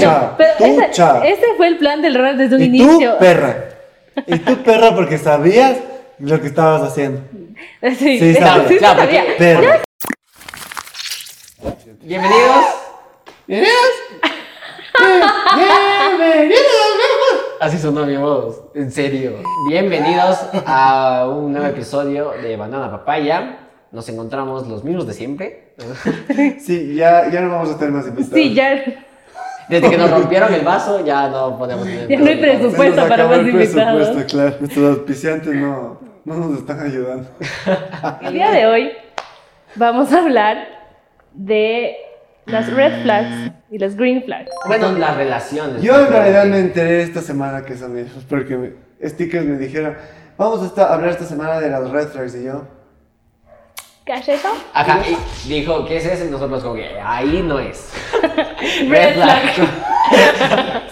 Cha, Pero tú, ese, cha. ese fue el plan del rol desde un Y inicio. tú, perra. Y tú, perra, porque sabías lo que estabas haciendo. Sí, Sí, sí, sabía. sí Claro, sabía. porque- Perra. Bienvenidos. Bienvenidos. Bienvenidos. Así sonó mi voz, en serio. Bienvenidos a un nuevo episodio de Banana Papaya. Nos encontramos los mismos de siempre. Sí, ya, ya no vamos a tener más invitados. Sí, ya, Desde que nos rompieron el vaso ya no podemos tener. Ya no hay Se nos Supuesto, para acabó más el invitados. presupuesto, claro. Nuestros auspiciantes no, no nos están ayudando. el día de hoy vamos a hablar de las red flags y las green flags. Bueno, las relaciones. Yo en realidad me enteré esta semana que son esos, porque me- stickers me dijeron, vamos a esta- hablar esta semana de las red flags y yo. ¿Qué es eso? Ajá, y dijo, ¿qué es eso? Y nosotros como que ahí no es. Red flag.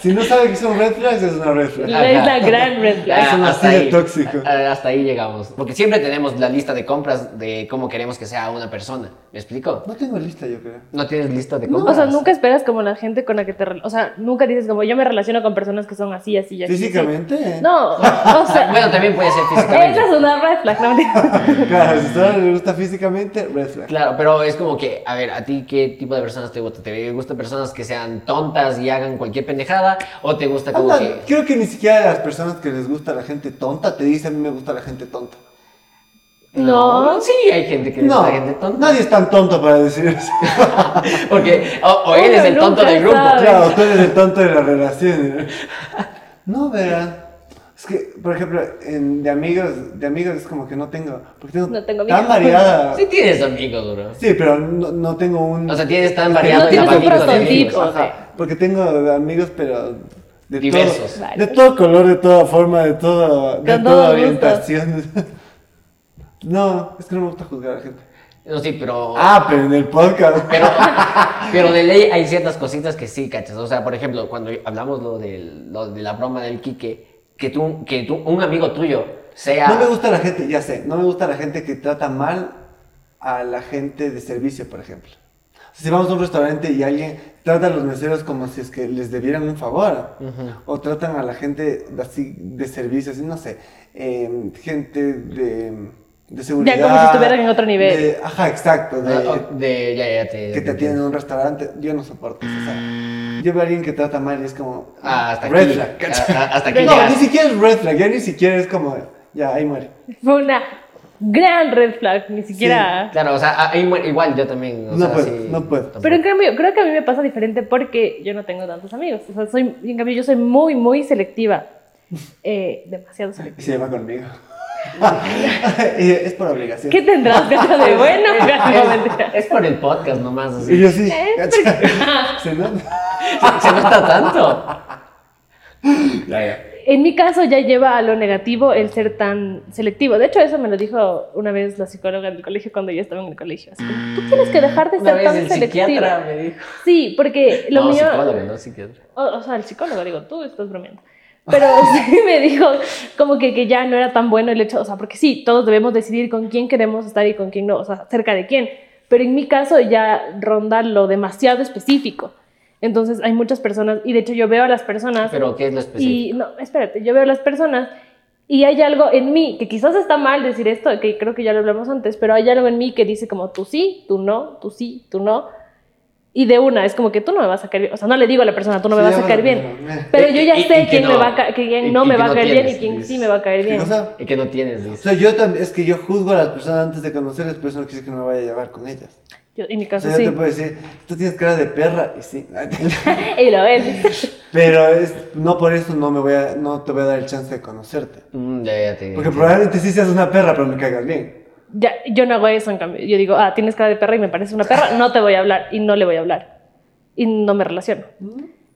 Si no sabe que son red flags, es una red flag. Es la gran red flag. Es Ah, un hasta así de ahí. tóxico. Ah, Hasta ahí llegamos. Porque siempre tenemos la lista de compras de cómo queremos que sea una persona. ¿Me explico? No tengo lista, yo creo. No tienes lista de O compras. sea, nunca esperas como la gente con la que te... rel- O sea, nunca dices como yo me relaciono con personas que son así, así, así. así". Físicamente. No, o sea... Bueno, también puede ser físicamente. Esa es una red flag, no mentira. Claro, si solo le gusta físicamente, red flag. Claro, pero es como que, a ver, ¿a ti qué tipo de personas te gusta? ¿Te gustan personas que sean tontas y hagan cualquier pendejada? ¿O te gusta como Anda, que... creo que ni siquiera las personas que les gusta la gente tonta te dicen a mí me gusta la gente tonta. No. Sí, hay gente que le No, gusta gente tonta. nadie es tan tonto para decir eso. Porque o, o él Uno es el tonto nunca del grupo. sabe. Claro, tú eres el tonto de la relación. No, verán. Es que, por ejemplo, en- de amigos, de amigos es como que no tengo, porque tengo, No tengo tan amigos. variada. Sí Sí, tienes amigos, bro. pero no, no tengo un. O sea, tienes tan variado No el tienes un abanico de prototipo. amigos. Ajá, porque tengo amigos, pero de Diversos. todo- Vale. de todo color, de toda forma, de todo, de Con todo toda gusto. orientación. No, es que no me gusta juzgar a la gente. No, sí, pero... Ah, pero en el podcast. Pero, pero de ley hay ciertas cositas que sí, cachas. O sea, por ejemplo, cuando hablamos lo, del- lo de la broma del Quique, que, tú, que tú, un amigo tuyo sea... No me gusta la gente, ya sé, no me gusta la gente que trata mal a la gente de servicio, por ejemplo. Si vamos a un restaurante y alguien trata a los meseros como si es que les debieran un favor, o tratan a la gente de así de servicio, así, no sé, eh, gente de, de seguridad. como si estuvieran en otro nivel. de- ajá, exacto, de- Ah, o- de- ya, ya, te, que te atienden en un restaurante, yo no soporto eso, o sea, yo veo a alguien que trata mal y es como, Ah, hasta red aquí. flag, Ah, ah, hasta aquí no, llegas. ni siquiera es red flag, ya ni siquiera es como, ya, ahí muere. Fue una gran red flag, ni siquiera... Claro, o sea, ah, ahí mu- igual yo también. o No sea, puedo, sí. no puedo. Tampoco. Pero en cambio, creo que a mí me pasa diferente porque yo no tengo tantos amigos. O sea, soy, en cambio, yo soy muy, muy selectiva. Eh, demasiado Y selectiva. se lleva conmigo. Y es por obligación. ¿Qué tendrás, gato de bueno? Gato, no, mentira. es, es por el podcast nomás. Y así. yo sí. Es gacha. Se nota. Se nota tanto. En mi caso ya lleva a lo negativo el ser tan selectivo. De hecho, eso me lo dijo una vez la psicóloga del colegio cuando yo estaba en el colegio. Así como, tú tienes que dejar de Una ser vez tan el selectiva. psiquiatra me dijo. Sí, porque lo no, mío... psicólogo, no psiquiatra. O, o sea, el psicólogo, digo, tú estás bromeando. Pero sí me dijo como que, que ya no era tan bueno el hecho, o sea, porque sí, todos debemos decidir con quién queremos estar y con quién no, o sea, cerca de quién. Pero en mi caso ya ronda lo demasiado específico. Entonces hay muchas personas, y de hecho yo veo a las personas Pero ¿qué es lo y específico? no, espérate, yo veo a las personas y hay algo en mí, que quizás está mal decir esto, que creo que ya lo hablamos antes, pero hay algo en mí que dice como tú sí, tú no, tú sí, tú no. Y de una, es como que tú no me vas a caer bien. O sea, no le digo a la persona, tú no me Sí, vas a ya caer vas a bien. caer bien. Pero Y- yo ya y- y sé que quién, me no. va a ca- que quién Y- no y me que va a no caer bien y tienes, quién dices. sí me va a caer bien. O sea, Y que no tienes, dice. o sea, yo también, es que yo juzgo a las personas antes de conocerles, pero eso no quiere decir que no me vaya a llevar con ellas. Yo- en mi O caso sea, yo sí. te puedo decir, tú tienes cara de perra, y sí. y lo ves. Pero es, no por eso no, me voy a, no te voy a dar el chance de conocerte. Mm, ya, ya te Porque probablemente sí seas una perra, pero me caigas bien. Ya, yo no hago eso, en cambio. Yo digo, ah, tienes cara de perra y me parece una perra, no te voy a hablar y no le voy a hablar. Y no me relaciono.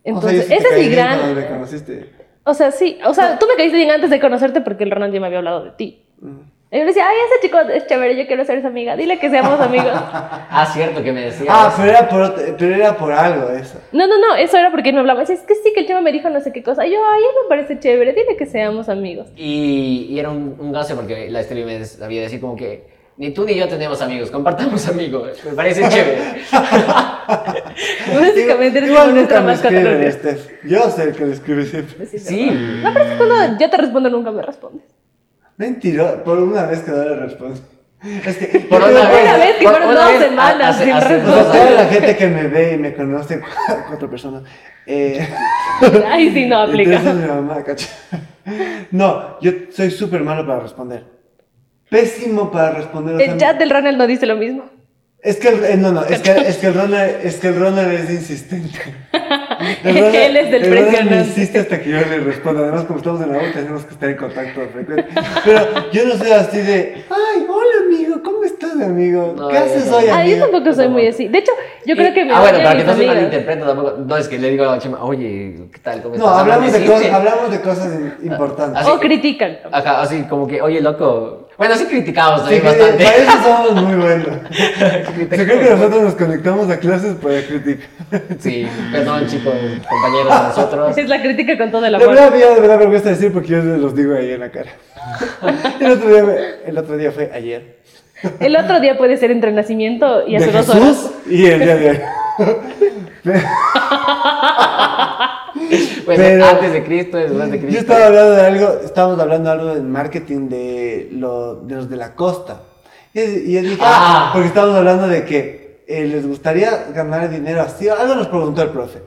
Entonces, o sea, yo sí te ese es caí mi bien gran... cuando me conociste. O sea, sí, o sea, tú me caíste bien antes de conocerte porque el Ronald ya me había hablado de ti. Mm. Y yo le decía, ay, ese chico es chévere, yo quiero ser su amiga, dile que seamos amigos. Ah, cierto que me decías. Ah, pero era por, ot- pero era por algo eso. No, no, no, eso era porque él me hablaba. Decía, es que sí, que el chico me dijo no sé qué cosa. Y yo, ay, él me parece chévere, dile que seamos amigos. Y, y era un, un goce porque la Stevie me des- sabía decir como que Ni tú ni yo tenemos amigos, compartamos amigos. Me parece chévere. Básicamente eres Igual como nunca nuestra me mascota. escriben, reunida. Steph. Yo sé el que le escribe siempre. Sí. Sí. No, pero es que cuando yo te respondo, nunca me respondes. Mentira, por una vez que no le respondo. Es que Por yo una creo- vez. Una vez que por fueron una dos vez, ah, semanas hace- sin hace dos O sea, respuesta. toda la gente que me ve y me conoce, cuatro personas. Eh, Ay, sí, no aplica. entonces mi mamá, cacha. No, yo soy súper malo para responder. Pésimo para responder. o sea, El chat del Ronald no dice lo mismo. Es que el, eh, no, no, es que, es que el Ronald, es que el Ronald es insistente. Es que él es del el Ronald me presionante. insiste hasta que yo le responda. Además, como estamos en la U, tenemos que estar en contacto frecuente. Pero yo no soy así de, ay, hola amigo, ¿cómo estás amigo? No, ¿Qué yo haces no. hoy, amigo? Ah, yo tampoco soy muy así. De hecho, yo creo que me Ah, bueno, odian para que mis no se amigas. malinterprete tampoco. No, es que le digo a la chema, oye, ¿qué tal? ¿Cómo No, estás? hablamos de, cosas, ¿Amaneciste? hablamos de cosas importantes. así- O critican. Ajá, así como que, oye, loco. Bueno, sí criticamos Sí, también que- bastante. para eso somos muy buenos. Sí, Yo creo que nosotros nos conectamos a clases para criticar. Sí, perdón, chicos, compañeros de nosotros. Es la crítica con todo el La amor. verdad, ya de verdad me gusta decir porque yo se los digo ahí en la cara. El otro día, me- el otro día fue ayer. El otro día puede ser entre el nacimiento y hace de dos Jesús horas. y el día de hoy. Bueno, Pero- antes de Cristo, después de Cristo. Yo estaba hablando de algo, estábamos hablando de algo en marketing de, lo- de los de la costa. Y, y yo dije, Ah. ah, porque estábamos hablando de que eh, les gustaría ganar dinero así. Algo nos preguntó el profe.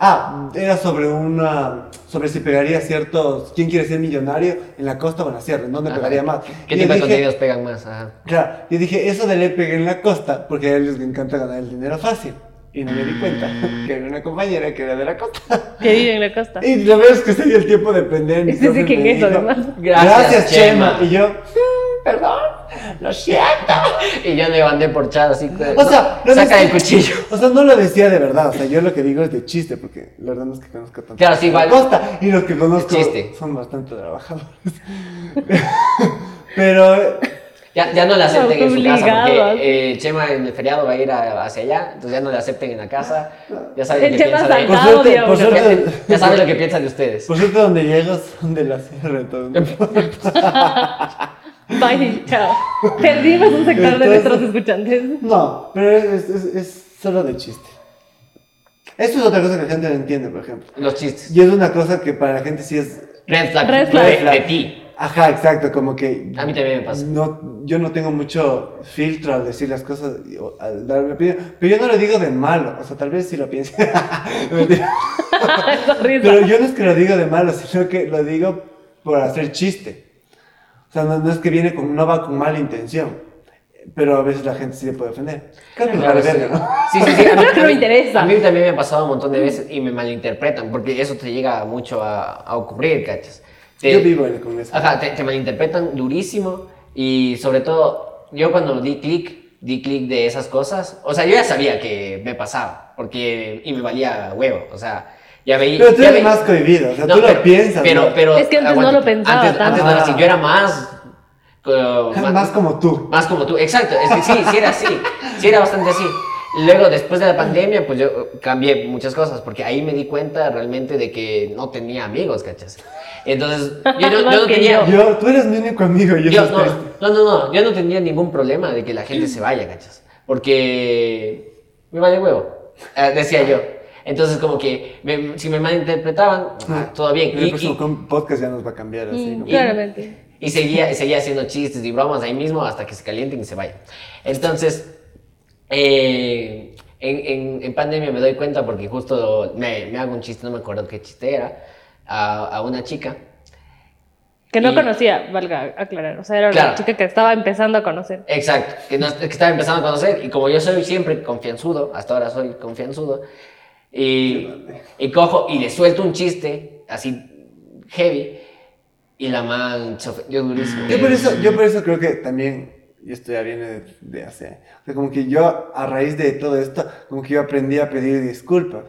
Ah, era sobre una, sobre si pegaría ciertos, quién quiere ser millonario en la costa o en la sierra, en dónde Ajá. pegaría más. ¿Qué Y yo tipo de dije, contenidos pegan más? Ajá. Claro, yo dije, eso de le pegué en la costa, porque a ellos les encanta ganar el dinero fácil. Y no me di cuenta que era una compañera que era de la costa. Que vive en la costa. Y la verdad es que se dio el tiempo de prender. mi Ese sí profe que me es, dijo, además. Gracias, Gracias, Chema. Chema. Y yo, "Mm, perdón, lo siento. Y yo le mandé por chat así. que- O sea, no no, saca decía- el cuchillo. O sea, no lo decía de verdad. O sea, yo lo que digo es de chiste, porque la verdad no es que conozco tanto. Claro, sí, la igual. Costa, y los que conozco chiste. son bastante trabajadores. Pero eh, Ya, ya no le acepten en su casa Obligado. porque eh, Chema en el feriado va a ir a- hacia allá, entonces ya no le acepten en la casa. Ya saben El lo que Chema piensa de Por saltado suerte- día por uno. suerte- Ya- Ya saben lo que piensa de ustedes. Por suerte donde llegas son de la sierra, entonces. Bye, chao. Perdimos un sector de Entonces- nuestros escuchantes. No, pero es, es- es- es solo de chiste. Esto es otra cosa que la gente no entiende, por ejemplo. Los chistes. Y es una cosa que para la gente sí es... Red flag. Red flag. De, red flag. de ti. Ajá, exacto, como que... A mí también me pasa. No, yo no tengo mucho filtro al decir las cosas, y- o al dar mi opinión. Pero yo no lo digo de malo, o sea, tal vez sí lo piense. Mentira. Esa risa. Pero yo no es que lo diga de malo, sino que lo digo por hacer chiste. O sea, no, no es que viene con, no va con mala intención. Pero a veces la gente sí se puede ofender. Creo que es Claro, la verga, ¿no? Sí, sí, sí. a mí- Creo que no me interesa. A mí también me ha pasado un montón de veces y me malinterpretan, porque eso te llega mucho a, a ocurrir, ¿cachas? Te- Yo vivo en- con eso. Ajá, te, te malinterpretan durísimo y sobre todo, yo cuando di clic, di clic de esas cosas, o sea, yo ya sabía que me pasaba, porque, y me valía huevo, o sea, ya veía... Pero tú ya eres veí- más cohibido, o sea, No, tú pero- lo piensas. Pero, ¿no? pero- Es que antes no lo aguántame, pensaba Antes, antes no tanto. era así, yo era más... co- más, como tú. más como tú, exacto, es que sí, sí era así, sí era bastante así. Luego, después de la pandemia, pues yo eh, cambié muchas cosas, porque ahí me di cuenta realmente de que no tenía amigos, ¿cachas? Entonces, yo no, yo Más no que tenía... yo. Yo, tú eres mi único amigo. Yo, yo soy no, triste. no, no, no, yo no tenía ningún problema de que la gente se vaya, ¿cachas? Porque me vale huevo, eh, decía yo. Entonces, como que me- si me malinterpretaban, ah, todo bien. El Y- próximo y- com- podcast ya nos va a cambiar así. Mm, como- Claramente. y seguía, seguía haciendo chistes y bromas ahí mismo hasta que se calienten y se vayan. Entonces, eh, en, en- en pandemia me doy cuenta porque justo me, me hago un chiste, no me acuerdo qué chiste era, a, a una chica. Que no Y- conocía, valga aclarar. O sea, era Claro. una chica que estaba empezando a conocer. Exacto, que, no- que estaba empezando a conocer y como yo soy siempre confianzudo, hasta ahora soy confianzudo, y, y cojo y le suelto un chiste así heavy y la man se ofendió durísimo. Yo por eso, yo por eso creo que también, y esto ya viene de, de hace, o sea, como que yo a raíz de todo esto, como que yo aprendí a pedir disculpas.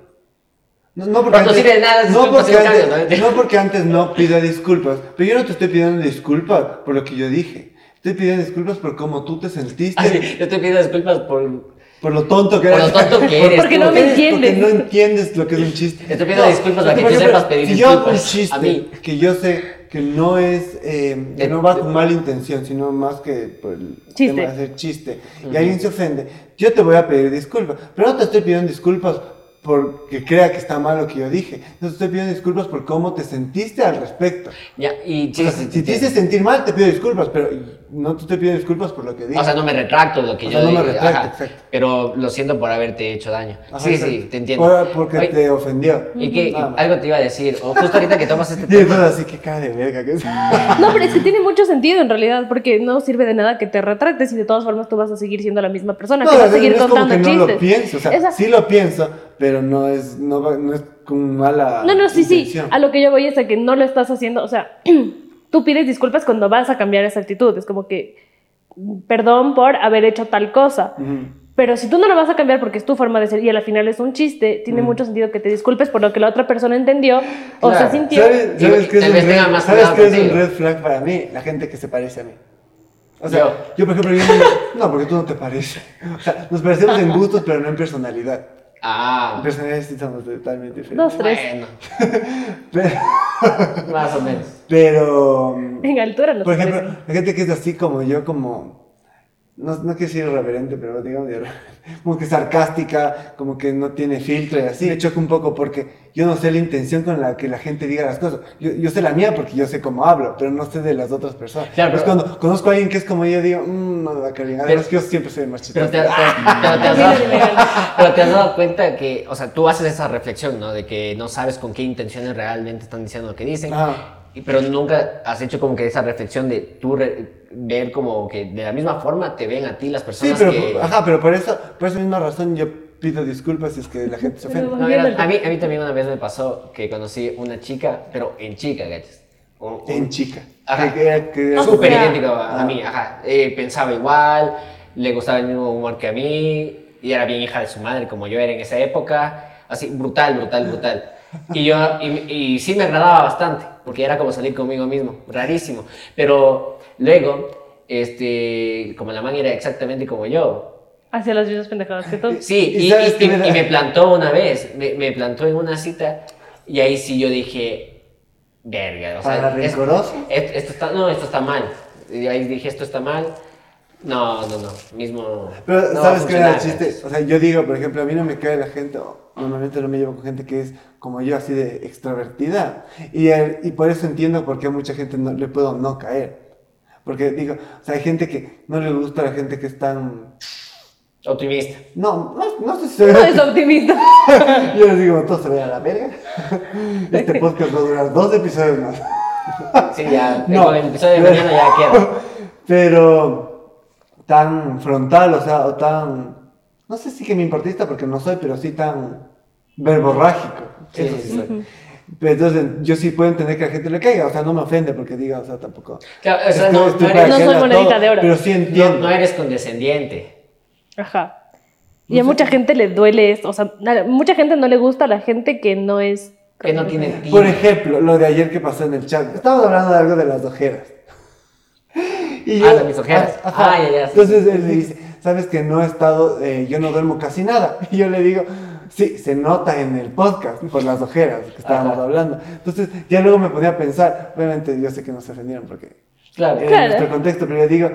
No, no porque Pero no sirve de nada las no disculpas, porque, en cambio, antes, ¿no? no porque antes no pida disculpas, pero yo no te estoy pidiendo disculpas por lo que yo dije. Estoy pidiendo disculpas por cómo tú te sentiste, Así, Ah, yo te pido disculpas por por lo tonto que Por eres. lo tonto que eres. Porque tú. no me Porque entiendes. no entiendes lo que es un chiste. Te pido disculpas porque, para que tú por ejemplo, sepas pedir Si yo hago un disculpas. A chiste mí. que yo sé que no es, eh, que De- no va de- con mala intención, sino más que por el Chiste. tema de hacer chiste. Y alguien se ofende, yo te voy a pedir disculpas, pero no te estoy pidiendo disculpas porque crea que está mal lo que yo dije, no te estoy pidiendo disculpas por cómo te sentiste al respecto. Ya, y O sea, chistes. si te hice sentir mal, te pido disculpas, pero no te estoy pidiendo disculpas por lo que dije. O sea, no me retracto de lo que O yo sea, no me dije, retracto, ajá, exacto. Pero lo siento por haberte hecho daño. Ajá, sí, sí, exacto. te entiendo. Por- porque Oye, te ofendió. Y que y Nada más. algo te iba a decir, o justo ahorita que tomas este Y tema. entonces así, que cara de verga que es. No, pero es que tiene mucho sentido en realidad, porque no sirve de nada que te retractes y de todas formas tú vas a seguir siendo la misma persona, No, que vas es- a seguir es como contando que no chistes. lo pienso, o sea, Esa- sí lo pienso, pero no es, no, va- no es con mala No, no, sí, sí. intención. A lo que yo voy es a que no lo estás haciendo. O sea, tú pides disculpas cuando vas a cambiar esa actitud. Es como que, perdón por haber hecho tal cosa. Ujú. Pero si tú no lo vas a cambiar porque es tu forma de ser y a la final es un chiste, Mm. tiene mucho sentido que te disculpes por lo que la otra persona entendió o Claro. se sintió. ¿Sabes, Sí, sabes qué es, tal un vez tenga red, más sabes cuidado qué es un contigo. red flag para mí? La gente que se parece a mí. O sea, Yo. yo, por ejemplo, yo no, no, porque tú no te pareces. O sea, nos parecemos en gustos, pero no en personalidad. En Ah, personalidad sí somos totalmente Dos, diferentes. tres. bueno, Pero, más o menos. pero, mm, En altura nos por ejemplo, parecen. la gente que es así como yo, como. No, no quiero decir irreverente, pero digamos irreverente, como que sarcástica, como que no tiene filtro y así. Me choca un poco porque yo no sé la intención con la que la gente diga las cosas. Yo, yo sé la mía porque yo sé cómo hablo, pero no sé de las otras personas. Claro, Pues pero- cuando conozco a alguien que es como yo, digo, "Mm, no me va a caer bien. Además, Pero- que yo siempre soy el más Pero chistoso. te, te- pero te has Camino dado, de legal. pero te has dado cuenta que, o sea, tú haces esa reflexión, ¿no? De que no sabes con qué intenciones realmente están diciendo lo que dicen. Ah. Y- Pero nunca has hecho como que esa reflexión de tú re- ver como que de la misma forma te ven a ti las Sí, personas pero, que... ajá, pero por, eso, por esa misma razón yo pido disculpas si es que la gente se Pero- ofende. No, verás, a, mí, a mí también una vez me pasó que conocí una chica, pero en chica, gachas. Un- un- En chica. Ajá. Que- que- que- O Súper sea- idéntico a, a mí, ajá. Eh, pensaba igual, le gustaba el mismo humor que a mí, y era bien hija de su madre, como yo era en esa época. Así, brutal, brutal, brutal. Y yo, y, y sí me agradaba bastante, porque era como salir conmigo mismo, rarísimo. Pero luego, este, como la man era exactamente como yo, Hacia las mismas pendejadas que tú. Sí, Y y, sabes y- que y- me da- y me plantó una vez, me, me plantó en una cita y ahí sí yo dije, verga, o sea, ¿Para es- rencoroso? es- esto está, no, esto está mal. Y ahí dije, esto está mal. No, no, no, mismo. Pero, no pues. va a ¿sabes qué era el funcionar, chiste? ¿cachas? O sea, yo digo, por ejemplo, a mí no me cae la gente, o normalmente no me llevo con gente que es como yo, así de extrovertida. Y, el- y por eso entiendo por qué a mucha gente no, le puedo no caer. Porque digo, o sea, hay gente que no le gusta la gente que es tan... Optimista. No, no, no sé si soy... No es optimista. Yo les digo, todo se ve a la verga. Este podcast va a durar dos episodios más. Sí, ya, No. con el episodio de mañana ya queda. Pero tan frontal, o sea, o tan. No sé si que me importista porque no soy, pero sí tan verborrágico. Sí, Eso sí, sí soy. Pero entonces yo sí puedo entender que a la gente le caiga, o sea, no me ofende porque diga, o sea, tampoco. Claro, o sea, Estoy- no, estoy no para eres, No soy hacerlas monedita todo, de oro. Pero sí entiendo. no- no eres condescendiente. Ajá. Y a mucha gente le duele esto. O sea, a mucha gente no le gusta a la gente que no es. Que no tiene ti. Por ejemplo, lo de ayer que pasó en el chat. Estábamos hablando de algo de las ojeras. Y Ah, de mis ojeras. Ajá. Ah, ya, ya, sí, Entonces él le dice, sabes que no he estado, eh, yo no duermo casi nada. Y yo le digo, sí, se nota en el podcast por las ojeras que estábamos Ajá. hablando. Entonces ya luego me ponía a pensar, obviamente yo sé que no se ofendieron porque Claro, era Claro. nuestro contexto, pero yo digo,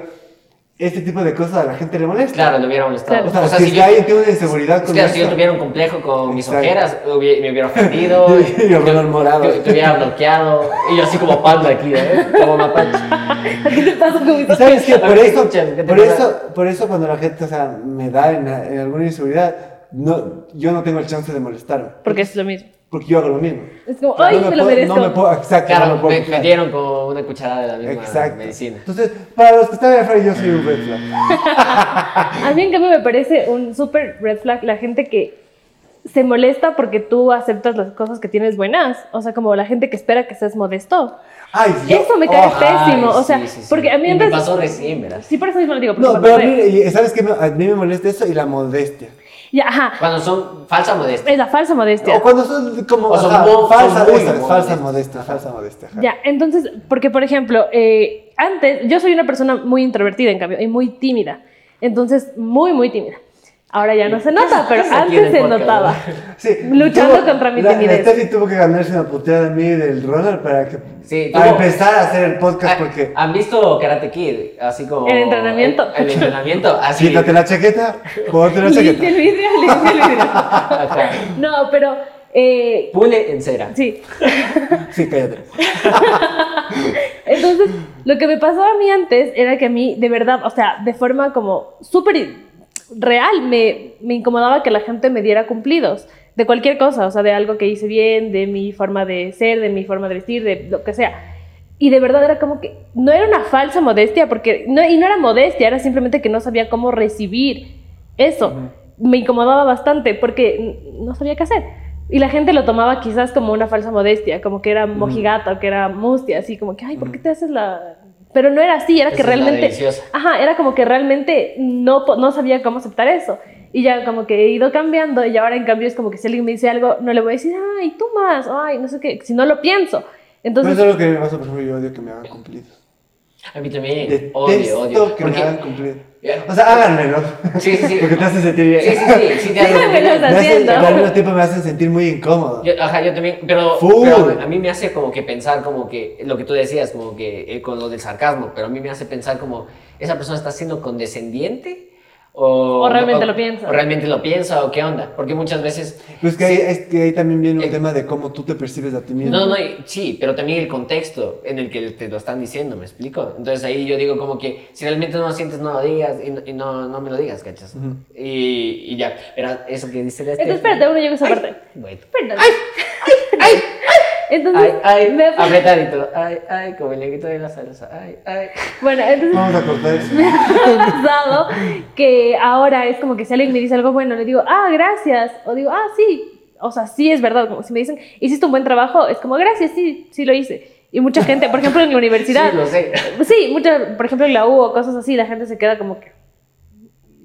este tipo de cosas a la gente le molesta. claro, lo hubiera Claro. molestado. O sea, O sea, si, si yo- alguien tiene una inseguridad con Claro, eso, si yo tuviera un complejo con mis Exacto. ojeras, hubie- me hubiera ofendido. Y el color morado. Te, te hubiera bloqueado. Y yo así como panda aquí, ¿eh? Como mapache. Mm. ¿Qué te pasa con ¿Y eso? sabes qué? A Por ver, eso, escuchen, ¿qué te por pasa? eso, por eso cuando la gente, o sea, me da en, en alguna inseguridad, no, yo no tengo el chance de molestarme, Porque es lo mismo. porque yo hago lo mismo. Es como, No ay, me me lo puedo- merezco. No me puedo, exacto, no Claro, me puedo me, me quejar. dieron como una cucharada de la misma Exacto. medicina. Entonces, para los que están afuera, yo soy un red flag. A mí en cambio me parece un súper red flag la gente que se molesta porque tú aceptas las cosas que tienes buenas. O sea, como la gente que espera que seas modesto. Ay, yo- Eso me cae oh, feo. Pésimo, o sea, porque a mí Y antes- Me pasó recién, ¿verdad? Sí, por eso mismo lo digo. porque No, cuando pero a me- mí, y- ¿sabes qué? me- A mí me molesta eso y la modestia. Ya, ajá. Cuando son falsa modestia. Es la falsa modestia. O cuando son como O son ajá, mo- son falsa, muy esa, modestas. falsa modestia, falsa modestia. ajá. Ya, entonces, porque por ejemplo, eh, antes yo soy una persona muy introvertida, en cambio, y muy tímida. Entonces, muy, muy tímida. Ahora ya no se nota, pero Aquí en antes el se podcast, notaba. Sí, Luchando contra mi la- timidez. La Steffi tuvo que ganarse una puteada de mí y del Ronald para que Sí, para tuvo- empezar a hacer el podcast Ah, porque ¿Han visto Karate Kid? Así como. El entrenamiento. El, el entrenamiento, así. quítate la chaqueta, ponte la Le hice chaqueta. el vidrio, le hice el vidrio. Ajá. No, pero eh, Pule en cera. sí. Sí, cállate. Entonces, lo que me pasaba a mí antes era que a mí, de verdad, o sea, de forma como súper real, me, me incomodaba que la gente me diera cumplidos de cualquier cosa, o sea, de algo que hice bien, de mi forma de ser, de mi forma de vestir, de lo que sea. Y de verdad era como que no era una falsa modestia, porque no, y no era modestia, era simplemente que no sabía cómo recibir eso. Me incomodaba bastante porque n- no sabía qué hacer. Y la gente lo tomaba quizás como una falsa modestia, como que era mojigata o que era mustia, así como que, ay, ¿por qué te haces la...? Pero no era así, era Esa que es la realmente... deliciosa. Ajá, era como que realmente no, po- no sabía cómo aceptar eso. Y ya como que he ido cambiando y ahora en cambio es como que si alguien me dice algo, no le voy a decir, ay, tú más, ay, no sé qué, si no lo pienso. Pero Entonces, eso es lo que me pasa, por ejemplo, yo odio que me hagan cumplidos. A mí también. Detesto odio, odio. que Porque- me hagan cumplidos. Ya. O sea, háganmelo. Sí, sí, sí. Porque te hacen sentir bien. Sí, sí, sí, sí, te hago- Déjame los Me hacen- haciendo. algunos tipos me hacen sentir muy incómodo. Yo- ajá, yo también, pero, Full. pero a mí me hace como que pensar como que, lo que tú decías, como que eh, con lo del sarcasmo, pero a mí me hace pensar como, ¿esa persona está siendo condescendiente? O, O realmente lo piensa. O realmente lo piensa, o qué onda, porque muchas veces... Pero es Pues que, ahí, es que ahí también viene un Eh, tema de cómo tú te percibes a ti mismo. No, no, y- sí, pero también el contexto en el que te lo están diciendo, ¿me explico? Entonces ahí yo digo como que si realmente no lo sientes, no lo digas y, no- y no, no me lo digas, ¿cachas? y, y ya, era eso que dice la entonces Steph. espérate, uno llega a esa parte. Bueno. Perdón. Entonces, Ay, ay, me fui- apretadito. Ay, ay, como el negrito de la salsa. Ay, ay. bueno, entonces Vamos a cortar eso. me ha pasado que ahora es como que si alguien me dice algo bueno, le digo, ah, gracias, o digo, ah, sí, o sea, sí es verdad, como si me dicen, hiciste un buen trabajo, es como, gracias, sí, sí lo hice. Y mucha gente, por ejemplo, en la universidad, Sí, lo sé. Sí, muchas, por ejemplo, en la U o cosas así, la gente se queda como que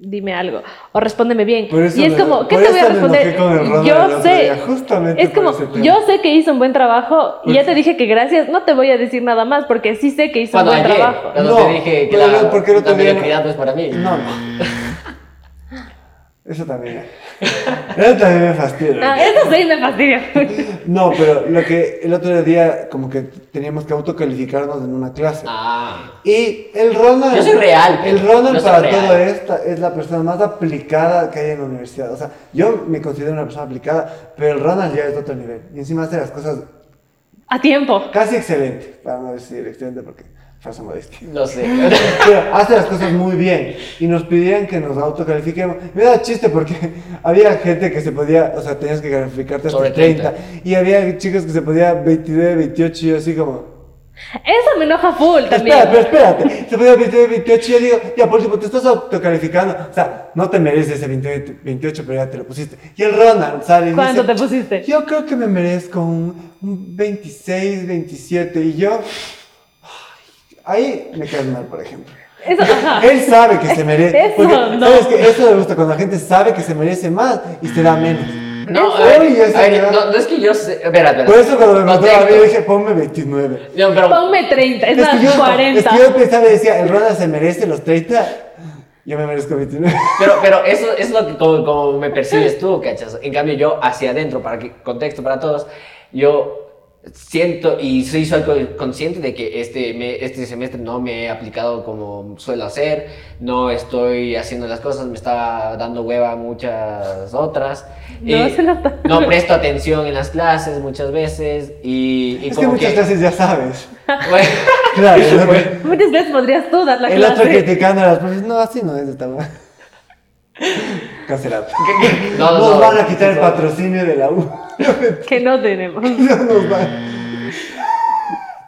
dime algo o respóndeme bien. Por eso y es me- como, ¿qué por te voy a eso me responder? enojé con el Ronald el Yo otro sé. día, justamente es por como, ese tema. Pues yo sé que hizo un buen trabajo y ya te dije que gracias, no te voy a decir nada más porque sí sé que hizo un Cuando buen ayer, trabajo. cuando No, te dije que pero la, no, ¿por qué no la te vieron? mediocridad no es para mí. No, no. Mm. Eso también. Eso también me fastidia. Ah, eso sí me fastidia. No, pero lo que el otro día como que teníamos que autocalificarnos en una clase. Ah. Y el Ronald... Yo soy real, El Pedro. Ronald Yo soy para real. todo esto es la persona más aplicada que hay en la universidad. O sea, yo me considero una persona aplicada, pero el Ronald ya es de otro nivel. Y encima hace las cosas A tiempo. casi excelente. Para no decir excelente porque falsa modestia. Lo sé. Pero hace las cosas muy bien y nos pidían que nos autocalifiquemos. Me da chiste porque había gente que se podía, o sea, tenías que calificarte hasta Sobre 30, 30. y había chicos que se podía 29, 28 y yo así como... Eso me enoja full también. Espera, pero espérate, se podía 29, 28 y yo digo, ya por último, te estás autocalificando, o sea, no te mereces ese 29, 28, pero ya te lo pusiste. Y el Ronald sale y ¿Cuánto dice, te pusiste? Yo creo que me merezco un, un 26, 27 y yo... Ahí me caes mal, por ejemplo. Eso, ajá. Él sabe que se merece. Eso, porque, no. ¿Sabes qué? Eso le gusta cuando la gente sabe que se merece más y se da menos. No, Eso. a ver, Uy, esa a ver, idea. no, no es que yo sé. Espera, espera. Por eso cuando me mandó a mí Contexto. dije, ponme 29. No, pero- Ponme 30, es, Es más, que, yo, es 40. que yo pensaba y decía, el Ronald se merece los 30, yo me merezco 29. Pero, pero eso es lo que como, como me percibes tú, ¿cachas? En cambio, yo hacia adentro, para que contexto para todos, yo siento y sí soy co- consciente de que este, me- este semestre no me he aplicado como suelo hacer, no estoy haciendo las cosas, me está dando hueva muchas otras. No, se nota. no presto atención en las clases muchas veces y, y es que como muchas que- veces ya sabes. Bueno, Claro, el otro, Muchas veces podrías tú dar la el clase. otro criticando a las profes, no, así no es de tabla. Cancelado. no, Nos no, van a quitar el no. patrocinio de la U. Que no tenemos. Nos van.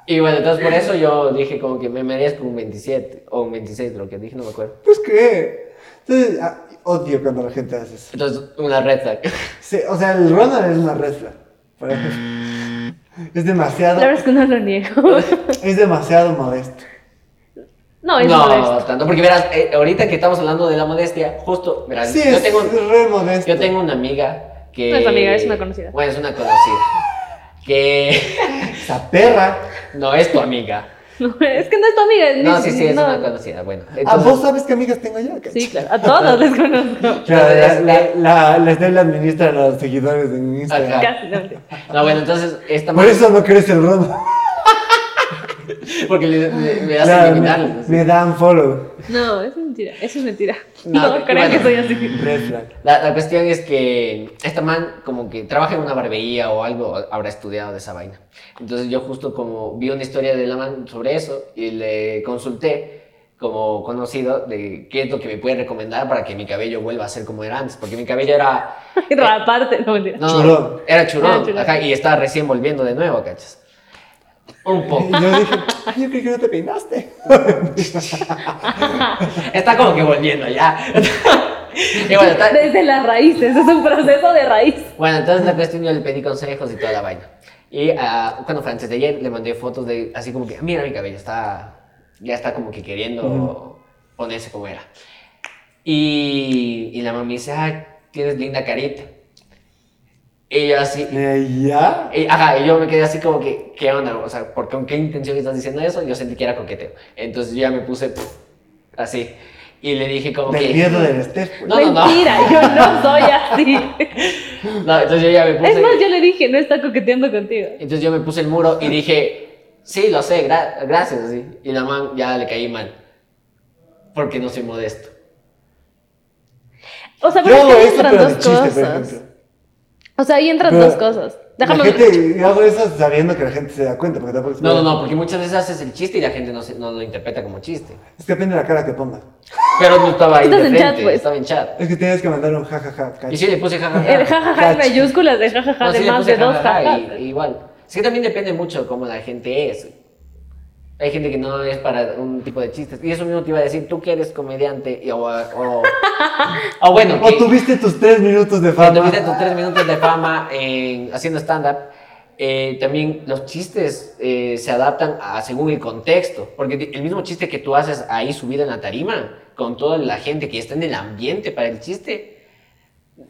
Y bueno, entonces por eso yo dije como que me merezco un 27 o un 26, lo que dije, no me acuerdo. Pues qué. Entonces, ah, odio cuando la gente hace eso. Entonces, una red flag. Sí, o sea, el Ronald es una red flag. para mí. Es demasiado, La verdad es que no lo niego. es demasiado modesto. No, es no, modesto. tanto, porque verás, eh, ahorita que estamos hablando de la modestia, justo, verás, Sí, yo, es tengo, re modesto. yo tengo una amiga que... No es amiga, es una conocida. Bueno, es una conocida. Que... Esa perra. no es tu amiga. No, es que no es tu amiga, es mi No, sí, sí, es no. una conocida. Bueno, Ah, entonces, vos sabes qué amigas tengo yo, Sí, claro, a todos les conozco. Claro, la, la, la, la Stella administra a los seguidores en Instagram. Ajá. Casi, no. no, bueno, entonces esta Por man- eso no crece el rondo. porque le, le- me hace Claro, eliminarlo, me, así. me dan follow. No, eso es mentira, eso es mentira. No, No, y creo que bueno. soy así. Red flag. La, la cuestión es que esta man como que trabaja en una barbería o algo, habrá estudiado de esa vaina. Entonces yo justo como vi una historia de la man sobre eso y le consulté como conocido de qué es lo que me puede recomendar para que mi cabello vuelva a ser como era antes, porque mi cabello era... Pero aparte, no mentira. no, Churón. Era churón, Era churón. ajá, y estaba recién volviendo de nuevo, ¿cachas? Un poco. Y yo dije, "Ay, yo creí que no te peinaste. Está como que volviendo ya. y bueno, está- Desde las raíces, es un proceso de raíz. Bueno, entonces la cuestión yo le pedí consejos y toda la vaina. Y ah, cuando fue antes de ayer, le mandé fotos de así como que, mira mi cabello, está, ya está como que queriendo ponerse como era. Y, y la mamá me dice, ah, tienes linda carita. Y yo así, Eh, ya. y, ajá, y yo me quedé así como que, ¿qué onda? O sea, ¿por qué, ¿con qué intención estás diciendo eso? Yo sentí que era coqueteo. Entonces yo ya me puse pff, así. Y le dije como que... Del miedo del Esther. pues. No, no, no. mentira, yo no soy así. No, entonces yo ya me puse... Es más, yo le dije, no está coqueteando contigo. Entonces yo me puse el muro y dije, sí, lo sé, gra- gracias, así. Y la man ya le caí mal. Porque no soy modesto. O sea, Yo pero es hago que ahí eso, entran pero de dos chiste, por cosas. ejemplo. O sea, ahí entran Pero dos cosas. Déjame La gente, yo hago eso sabiendo que la gente se da cuenta, porque tampoco se No, no, puede- no, porque muchas veces haces el chiste y la gente no, se- no lo interpreta como chiste. Es que depende de la cara que ponga. Pero no estaba ahí de Estás en chat, frente, pues. estaba en chat. Es que tienes que mandar un jajaja. Y sí le puse jajaja. El Eh, jajaja en Cacho. mayúsculas, el jajaja de No, Pues sí le más puse de dos jajaja jajajas. y- y igual. Es que también depende mucho cómo la gente es. Hay gente que no es para un tipo de chistes. Y eso mismo te iba a decir, tú que eres comediante y- o, o- o bueno, o que- tuviste tus tres minutos de fama. Cuando tuviste tus tres minutos de fama en- haciendo stand-up, eh, también los chistes eh, se adaptan a, según el contexto. Porque di- el mismo chiste que tú haces ahí subido en la tarima, con toda la gente que está en el ambiente para el chiste,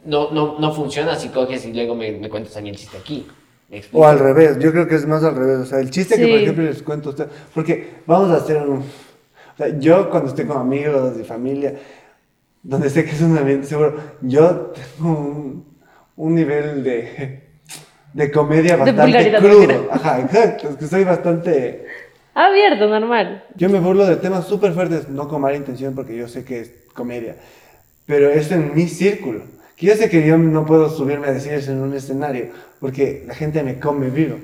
no, no, no funciona si coges y luego me, me cuentas a mí el chiste aquí. ¿Me explico? O al revés, yo creo que es más al revés. O sea, el chiste que, por Sí. ejemplo, les cuento a ustedes. Porque vamos a hacer un. O sea, yo cuando estoy con amigos y familia, donde sé que es un ambiente seguro, yo tengo un, un nivel de. de comedia bastante vulgaridad, crudo. mentira. Ajá, exacto. Es que soy bastante. Abierto, normal. Yo me burlo de temas súper fuertes, no con mala intención, porque yo sé que es comedia. Pero es en mi círculo. Que yo sé que yo no puedo subirme a decir eso en un escenario, porque la gente me come vivo.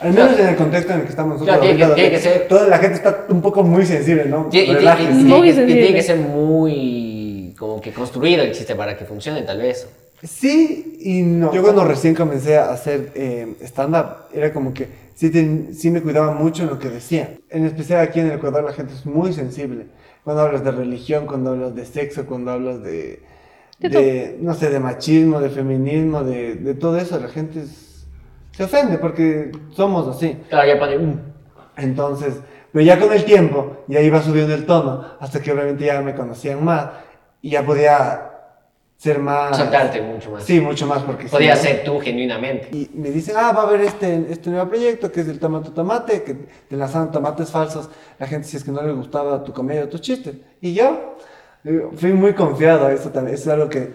Al menos en el contexto en el que estamos nosotros. Claro, tiene que- ahorita, tiene donde que ser- Toda la gente está un poco muy sensible, ¿no? Y- y- y- y- y- Relájense. y- y- Muy y- y- y- y- y- y- y- y- y- y- tiene que sensible. ser muy como que construido el chiste para que funcione, tal vez. Sí y no. Yo cuando recién comencé a hacer eh, stand-up, era como que sí, ten- sí me cuidaba mucho en lo que decía. En especial aquí en el Ecuador la gente es muy sensible. Cuando hablas de religión, cuando hablas de sexo, cuando hablas de, De de no sé, de machismo, de feminismo, de, de todo eso, la gente es- se ofende porque somos así. Claro, ya pone... "Mm". Entonces, pero ya con el tiempo, ya iba subiendo el tono, hasta que obviamente ya me conocían más y ya podía ser más... Soltarte mucho más. Ah. Sí, mucho más porque... sí, Podía ¿no? ser tú genuinamente. Y me dicen, ah, va a haber este, este nuevo proyecto que es el Tamato Tomate, que te lanzaron tomates falsos. La gente, si es que no le gustaba tu comedia o tu chiste. Y yo eh, fui muy confiado, eso también eso es algo que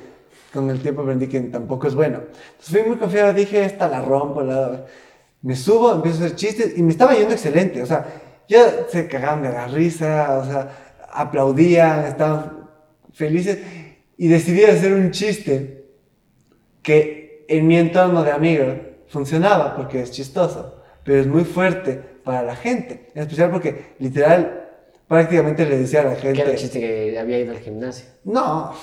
con el tiempo aprendí que tampoco es bueno. Entonces fui muy confiado, dije, esta la rompo, la... me subo, empiezo a hacer chistes y me estaba yendo excelente. O sea, ya se cagaban de la risa, o sea, aplaudían, estaban felices. Y decidí hacer un chiste que en mi entorno de amigos funcionaba porque es chistoso, pero es muy fuerte para la gente, en especial porque literal prácticamente le decía a la Que era el gente, chiste que había ido al gimnasio. no,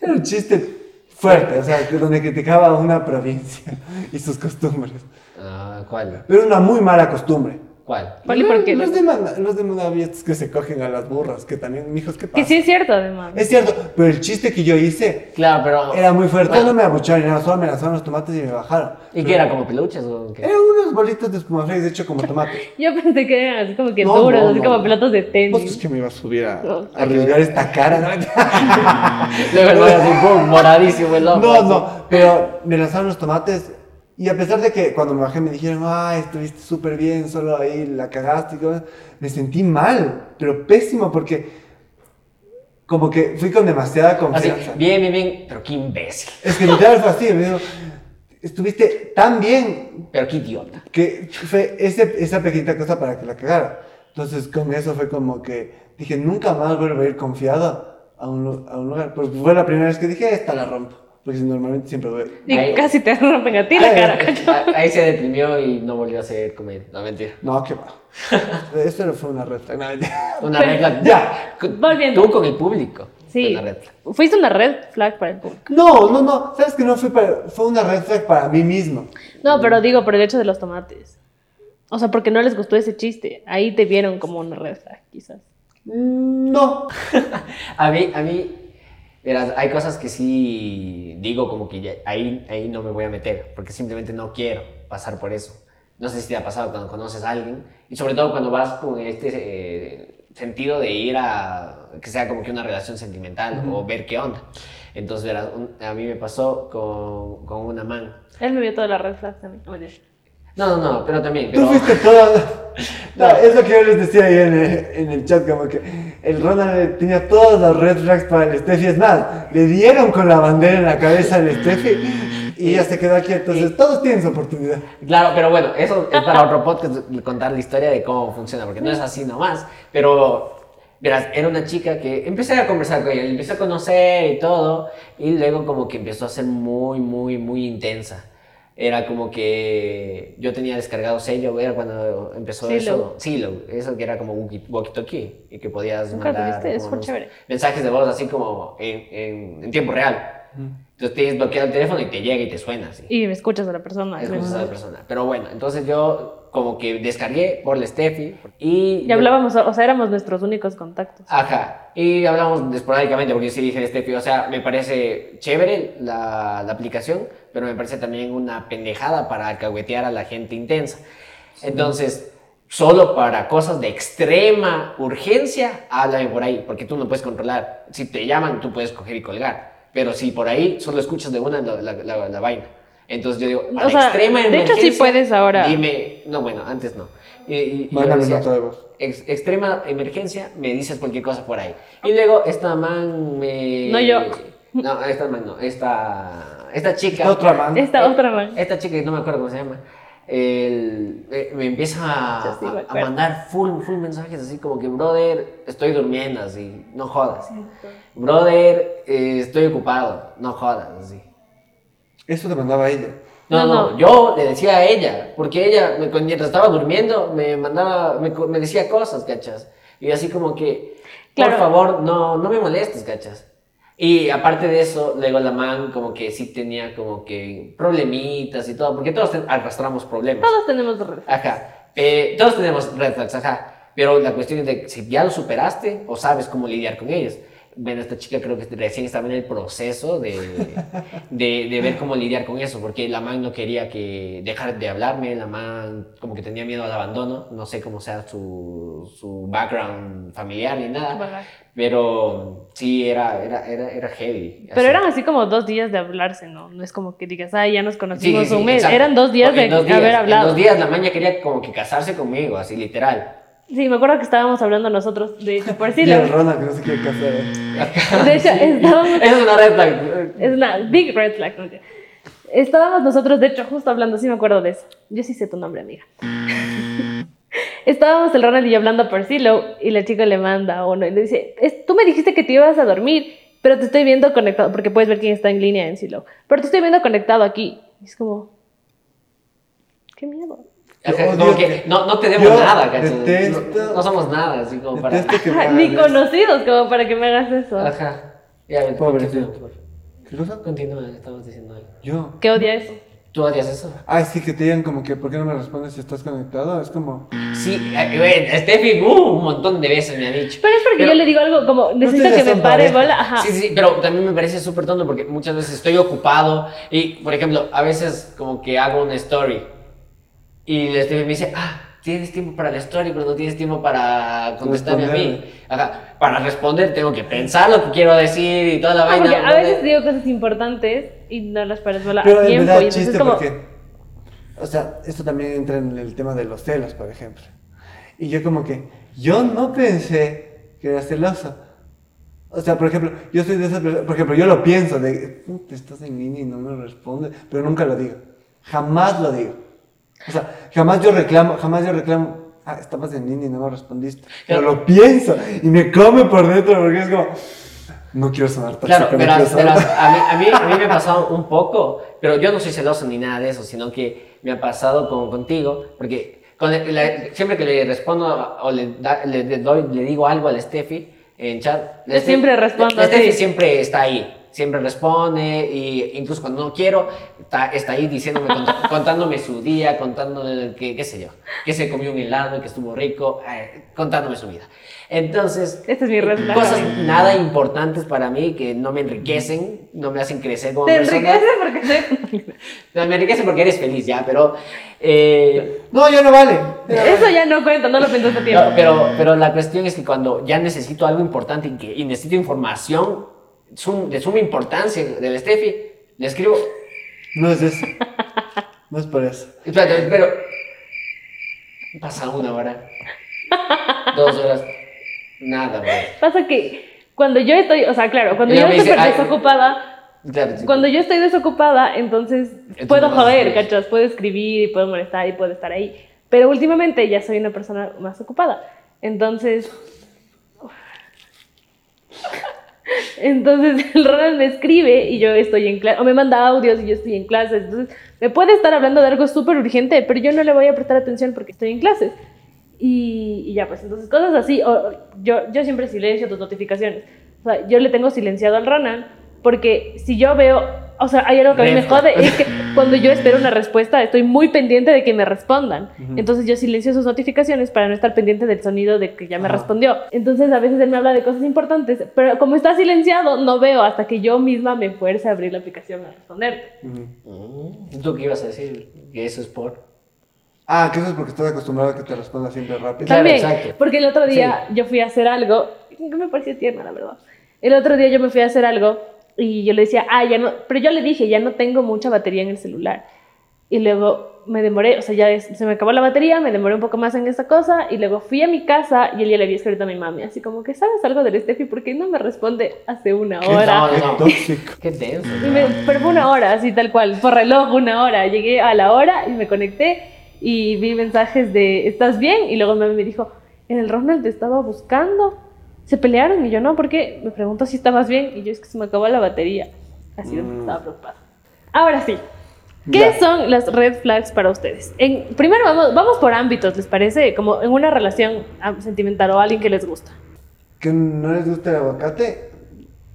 era un chiste fuerte, o sea, que donde criticaba a una provincia y sus costumbres, Ah, ¿cuál? pero una muy mala costumbre. Eh, ¿Cuál? ¿Cuál y por qué? Los de, Mana- los de Manabí, estos que se cogen a las burras, que también, mijos, ¿qué Que pasa? sí es cierto, además. Es cierto, pero el chiste que yo hice Claro, pero. era muy fuerte. Bueno, No me abucharon, nada, solo me lanzaron los tomates y me bajaron. ¿Y qué era? ¿Como peluches o qué? Eran unos bolitos de espumaflex, de hecho, como tomate. Yo pensé que eran así como que No, duros, no, así no. como pelotas de Pues es tenis. que me iba a subir a, No. a arriesgar esta cara. Luego el man así, boom, moradísimo el No, ojo. no, así. no, pero me lanzaron los tomates y Y a pesar de que cuando me bajé me dijeron, ah, estuviste súper bien, solo ahí la cagaste y cosas, me sentí mal, pero pésimo, porque como que fui con demasiada Así, confianza. bien, bien, bien, pero qué imbécil. Es que literal fue así, me dijo, estuviste tan bien Pero qué idiota. que fue ese- esa pequeñita cosa para que la cagara. Entonces con eso fue como que dije, nunca más vuelvo a ir confiado a un, lu- a un lugar. Porque fue la primera vez que dije, esta la rompo. Porque normalmente siempre voy. Y Ahí- casi te rompen a ti la Ay, cara, ay, cacho. A- Ahí se deprimió y no volvió a hacer comedia. No, mentira. No, qué va. Eso no fue una red flag. No, mentira. Una regla. Ya. Volviendo. Tú con el público. Sí. Una red flag. Fuiste una red flag para el público. no, no, no. Sabes que no fue para- fue una red flag para mí mismo. No, pero Mm. digo por el hecho de los tomates. O sea, porque no les gustó ese chiste. Ahí te vieron como una red flag, quizás. No. A mí, a mí, verás, hay cosas que sí digo como que ya- ahí, ahí no me voy a meter, porque simplemente no quiero pasar por eso. No sé si te ha pasado cuando conoces a alguien, y sobre todo cuando vas con este eh, sentido de ir a, que sea como que una relación sentimental o ver qué onda. Entonces, verás, un- a mí me pasó con, con una man. Él me vio todas las red flags también. No, mentira. No, no, no, pero también, Tú pero... fuiste toda. No, es lo que yo les decía ahí en el, en el chat, como que el Ronald tenía todas las red flags para el Steffi. Es más, le dieron con la bandera en la cabeza al Steffi y ya se quedó aquí. Entonces, todos tienen su oportunidad. Claro, pero bueno, eso es para otro podcast contar la historia de cómo funciona, porque no es así nomás. Pero, verás, era una chica que empecé a conversar con ella, la empecé a conocer y todo, y luego como que empezó a ser muy, muy, muy intensa. Era como que yo tenía descargado sello, era cuando empezó Silo. eso. Silo, eso que era como walkie- walkie-talkie, y que podías Nunca mandar tuviste, es como súper unos chévere. mensajes de voz así como en, en- en tiempo real. Entonces tienes bloqueado el teléfono y te llega y te suena así. Y me escuchas a la persona. Es y me- como esa persona. Pero bueno, entonces yo como que descargué por la Steffi y... Y hablábamos, o sea, éramos nuestros únicos contactos. Ah, Ajá, y hablamos esporádicamente porque yo sí dije Steffi, o sea, me parece chévere la, la aplicación, pero me parece también una pendejada para alcahuetear a la gente intensa. Entonces, solo para cosas de extrema urgencia, háblame por ahí, porque tú no puedes controlar. Si te llaman, tú puedes coger y colgar, pero si por ahí solo escuchas de una la, la- la- la vaina. Entonces yo digo, para O sea, extrema de hecho, sí emergencia, puedes ahora. Dime, no, bueno, antes no. Y, y- y yo Mándame decía, nota de voz. Ex- extrema emergencia, me dices cualquier cosa por ahí. Y luego esta man me... No, yo. No, esta man no, esta, esta chica... Esta otra man. Esta eh, otra man. Esta chica, no me acuerdo cómo se llama, el- eh, me empieza Yo a, sí me a- a acuerdo. mandar full, full mensajes así como que, brother, estoy durmiendo, así, no jodas. Brother, eh, estoy ocupado, no jodas, así. Eso te mandaba ella. No, No, no, no. yo le decía a ella, porque ella, me- cuando- mientras estaba durmiendo, me mandaba, me, co- me decía cosas, cachas. Y yo así como que, Claro. por favor, no, no me molestes, cachas. Y aparte de eso, luego la man como que sí tenía como que problemitas y todo, porque todos te- arrastramos problemas. Todos tenemos red flags. Ajá. Eh, todos tenemos red flags, ajá. Pero la cuestión es de si ya lo superaste o sabes cómo lidiar con ellos. Bueno, esta chica creo que recién estaba en el proceso de, de, de ver cómo lidiar con eso, porque la man no quería que dejar de hablarme, la man como que tenía miedo al abandono, no sé cómo sea su, su background familiar ni nada, Bagaje. pero sí, era, era, era, era heavy. Pero así. eran así como dos días de hablarse, ¿no? No es como que digas, ah, ya nos Sí, conocimos sí, sí, un mes. exacto. Eran dos días Porque de en dos días- haber hablado. En dos días la maña quería como que casarse conmigo, así literal. Sí, me acuerdo que estábamos hablando nosotros, de hecho, por si Y la- el Ronald que no se quiere casar. ¿eh? De hecho, estábamos Esa es una red flag. Es una big red flag. ¿no? Estábamos nosotros, de hecho, justo hablando, sí me acuerdo de eso. Yo sí sé tu nombre, amiga. Mm. Estábamos el Ronald y yo hablando por Silo y la chica le manda a uno y le dice, "Es- tú me dijiste que te ibas a dormir, pero te estoy viendo conectado, porque puedes ver quién está en línea en Silo, pero te estoy viendo conectado aquí. Y es como, qué miedo. Ajá, Yo como odio que que- no, no tenemos yo nada, cacho. detesto- no, no somos nada, así como para. Detesto este que me hagan Ni eso. conocidos como para que me hagas eso. Ajá. Ya, ven, Pobre. continúa, por favor. este. ¿Qué cosa? Continúa, estamos diciendo algo. Yo. Que odia eso. ¿Tú harías eso? Ah, sí, que te digan como que, ¿por qué no me respondes si estás conectado? Es como... Sí, eh, güey, Steffi, uh, un montón de veces me ha dicho. Pero es porque Pero- yo le digo algo como, necesito tienes que me razón, pare pareja. bola. Ajá. Sí, sí, pero también me parece súper tonto porque muchas veces estoy ocupado y, por ejemplo, a veces como que hago una story y la Steffi me dice, ah, tienes tiempo para la story, pero no tienes tiempo para contestarme a mí. Responderme. Ajá, para responder tengo que pensar lo que quiero decir y toda la Ah, vaina. porque a entonces- veces digo cosas importantes y no las pares bola a Pero en tiempo. verdad y es entonces chiste es como, porque o sea, esto también entra en el tema de los celos, por ejemplo. Y yo como que, yo no pensé que era celoso. O sea, por ejemplo, yo soy de esas personas, por ejemplo, yo lo pienso de, te estás en línea y no me responde, pero nunca lo digo. Jamás lo digo. O sea, jamás yo reclamo, jamás yo reclamo, ah, estabas en línea y no me respondiste. Pero lo pienso y me come por dentro porque es como, no quiero sonar tóxico. Claro, no verás, quiero sonar verás, a, mí, a, mí, a mí me ha pasado un poco, pero yo no soy celoso ni nada de eso, sino que me ha pasado como contigo, porque con el- la- siempre que le respondo o le, da- le- le doy, le digo algo al Steffi en chat, la Yo Steffi- siempre respondo, la sí. Steffi siempre está ahí. Siempre responde, y incluso cuando no quiero, está, está ahí diciéndome, cont- contándome su día, contándome que, qué sé yo, que se comió un helado, que estuvo rico, eh, contándome su vida. Entonces, Este es mi red flag. Eh, cosas nada importantes para mí que no me enriquecen, no me hacen crecer como Te persona. enriquece porque soy- No, me enriquece porque eres feliz ya, pero, eh, No, ya no vale. Eso ya no cuenta, no lo pensaste a tiempo. no, pero, pero la cuestión es que cuando ya necesito algo importante y, que, y necesito información sum- de suma importancia del Steffi, le escribo. No es eso. No es por eso. Espérate, pero. Pasa una hora, dos horas, nada, güey. Pasa que cuando yo estoy, o sea, claro, cuando Y yo luego me estoy dice, "Ay". desocupada, Claro, sí. cuando yo estoy desocupada, entonces Entonces puedo no vas a joder, escribir. cachas, puedo escribir y puedo molestar y puedo estar ahí. Pero últimamente ya soy una persona más ocupada. Entonces. Entonces el Ronald me escribe y yo estoy en clase, o me manda audios y yo estoy en clases. Entonces me puede estar hablando de algo súper urgente, pero yo no le voy a prestar atención porque estoy en clases. Y, y ya, pues entonces cosas así. o- o yo, yo siempre silencio tus notificaciones. O sea, yo le tengo silenciado al Ronald porque si yo veo, o sea, hay algo que a mí me Red jode, es que cuando yo espero una respuesta estoy muy pendiente de que me respondan. Entonces yo silencio sus notificaciones para no estar pendiente del sonido de que ya me Ajá. respondió. Entonces a veces él me habla de cosas importantes, pero como está silenciado, no veo hasta que yo misma me fuerce a abrir la aplicación a responderte. Ujú. Mm, ¿Tú qué ibas a decir? Que eso es por. Ah, que eso es porque estás acostumbrado a que te responda siempre rápido. Claro, También, exacto. porque el otro día yo fui a hacer algo, que me pareció tierna, la verdad. El otro día yo me fui a hacer algo y yo le decía, ah, ya no, pero yo le dije, ya no tengo mucha batería en el celular. Y luego me demoré, o sea, ya es- se me acabó la batería, me demoré un poco más en esta cosa y luego fui a mi casa y él ya le había escrito a mi mami, así como que, ¿sabes algo del Steffi? ¿Por qué no me responde hace una hora? No, Qué no, no. tóxico. Qué tenso. Y me- pero fue una hora, así tal cual, por reloj, una hora. Llegué a la hora y me conecté y vi mensajes de ¿estás bien? Y luego mi mami me dijo, en el Ronald te estaba buscando. Se pelearon y yo no, porque me preguntó si estabas bien y yo es que se me acabó la batería. Así de Mm. estaba preocupada. Ahora sí, ¿qué Ya. son las red flags para ustedes? En, primero vamos, vamos por ámbitos, ¿les parece? Como en una relación ah, sentimental o alguien que les gusta. Que no les gusta el aguacate,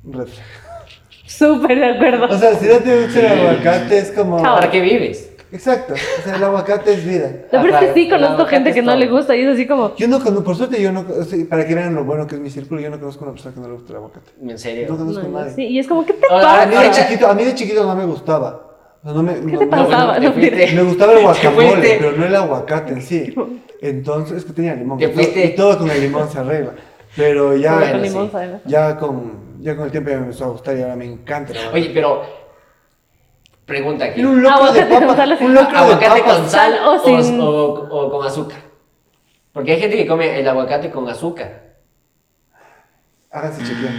red flag. Súper de acuerdo. O sea, si no te gusta el aguacate, es como. Chao. ¿Para qué vives? Exacto. O sea, el aguacate es vida. Lo peor es que Ajá, sí claro, conozco gente es que no todo. le gusta y es así como... Yo no conozco, por suerte, yo no. o sea, para que vean lo bueno que es mi círculo, yo no conozco una persona que no le gusta el aguacate. En No serio. conozco No, a nadie. sí, y es como, ¿qué te Ahora, A mí, de ahora- pasa? chiquito, a mí de chiquito no me gustaba. O sea, no me, ¿Qué no- te no- pasaba? te No, fuiste. mire. Me gustaba el Te guacamole, fuiste. pero no el aguacate en sí. Entonces, es que tenía limón. Te y todo- fuiste. Y todo con el limón se arregla. Pero ya, Bueno, Con limón sí. sabe mejor. ya, con, ya con el tiempo ya me empezó a gustar y ahora me encanta el aguacate. Oye, ah, pero. Pregunta aquí. Era un locro de Aguacate papa. con sal. Un locro de ¿Aguacate papa. con sal Sal o o, sin- o- o con azúcar? Porque hay gente que come el aguacate con azúcar. Háganse chequear.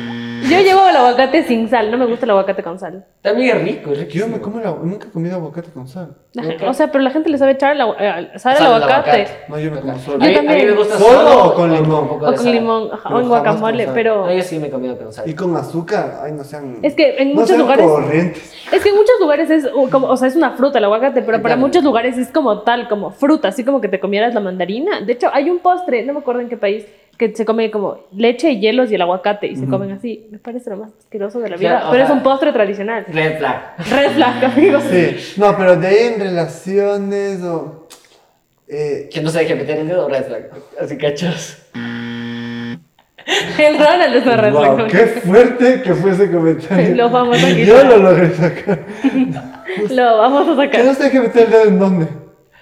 Yo llevo el aguacate sin sal, no me gusta el aguacate con sal. También es rico, es Yo riquísimo. me como el agu- nunca he comido aguacate con sal. Ajá, Nunca. O sea, pero la gente le sabe echar el, agua- eh, sal al Sal al aguacate. aguacate. No, yo me como A solo. mí, a mí también. me gusta ¿Solo solo, o con limón? un poco O de con sal. limón, ajá, o Pero en jamás con guacamole, sal. pero... No, yo sí me he comido con sal. Y con azúcar, ay, no sean. Es que en no muchos sean lugares- Corrientes. Es que en muchos lugares es, o como- o sea, es una fruta el aguacate, pero para Claro. muchos lugares es como tal, como fruta, así como que te comieras la mandarina. De hecho, hay un postre, no me acuerdo en qué país, que se come como leche y hielos y el aguacate y se Ujú. comen así. Me parece lo más asqueroso de la vida, Claro, o pero es sea- un postre tradicional. Red flag. Red flag, amigos. Sí. No, pero de ahí en relaciones o. Eh, Que no se deje meter el dedo, red flag. Así cachas. El Ronald es una red wow, flag. qué fuerte que fue ese comentario. Lo vamos a Yo quitar. lo logré sacar. Lo vamos a Que no se sacar. deje meter el dedo en dónde.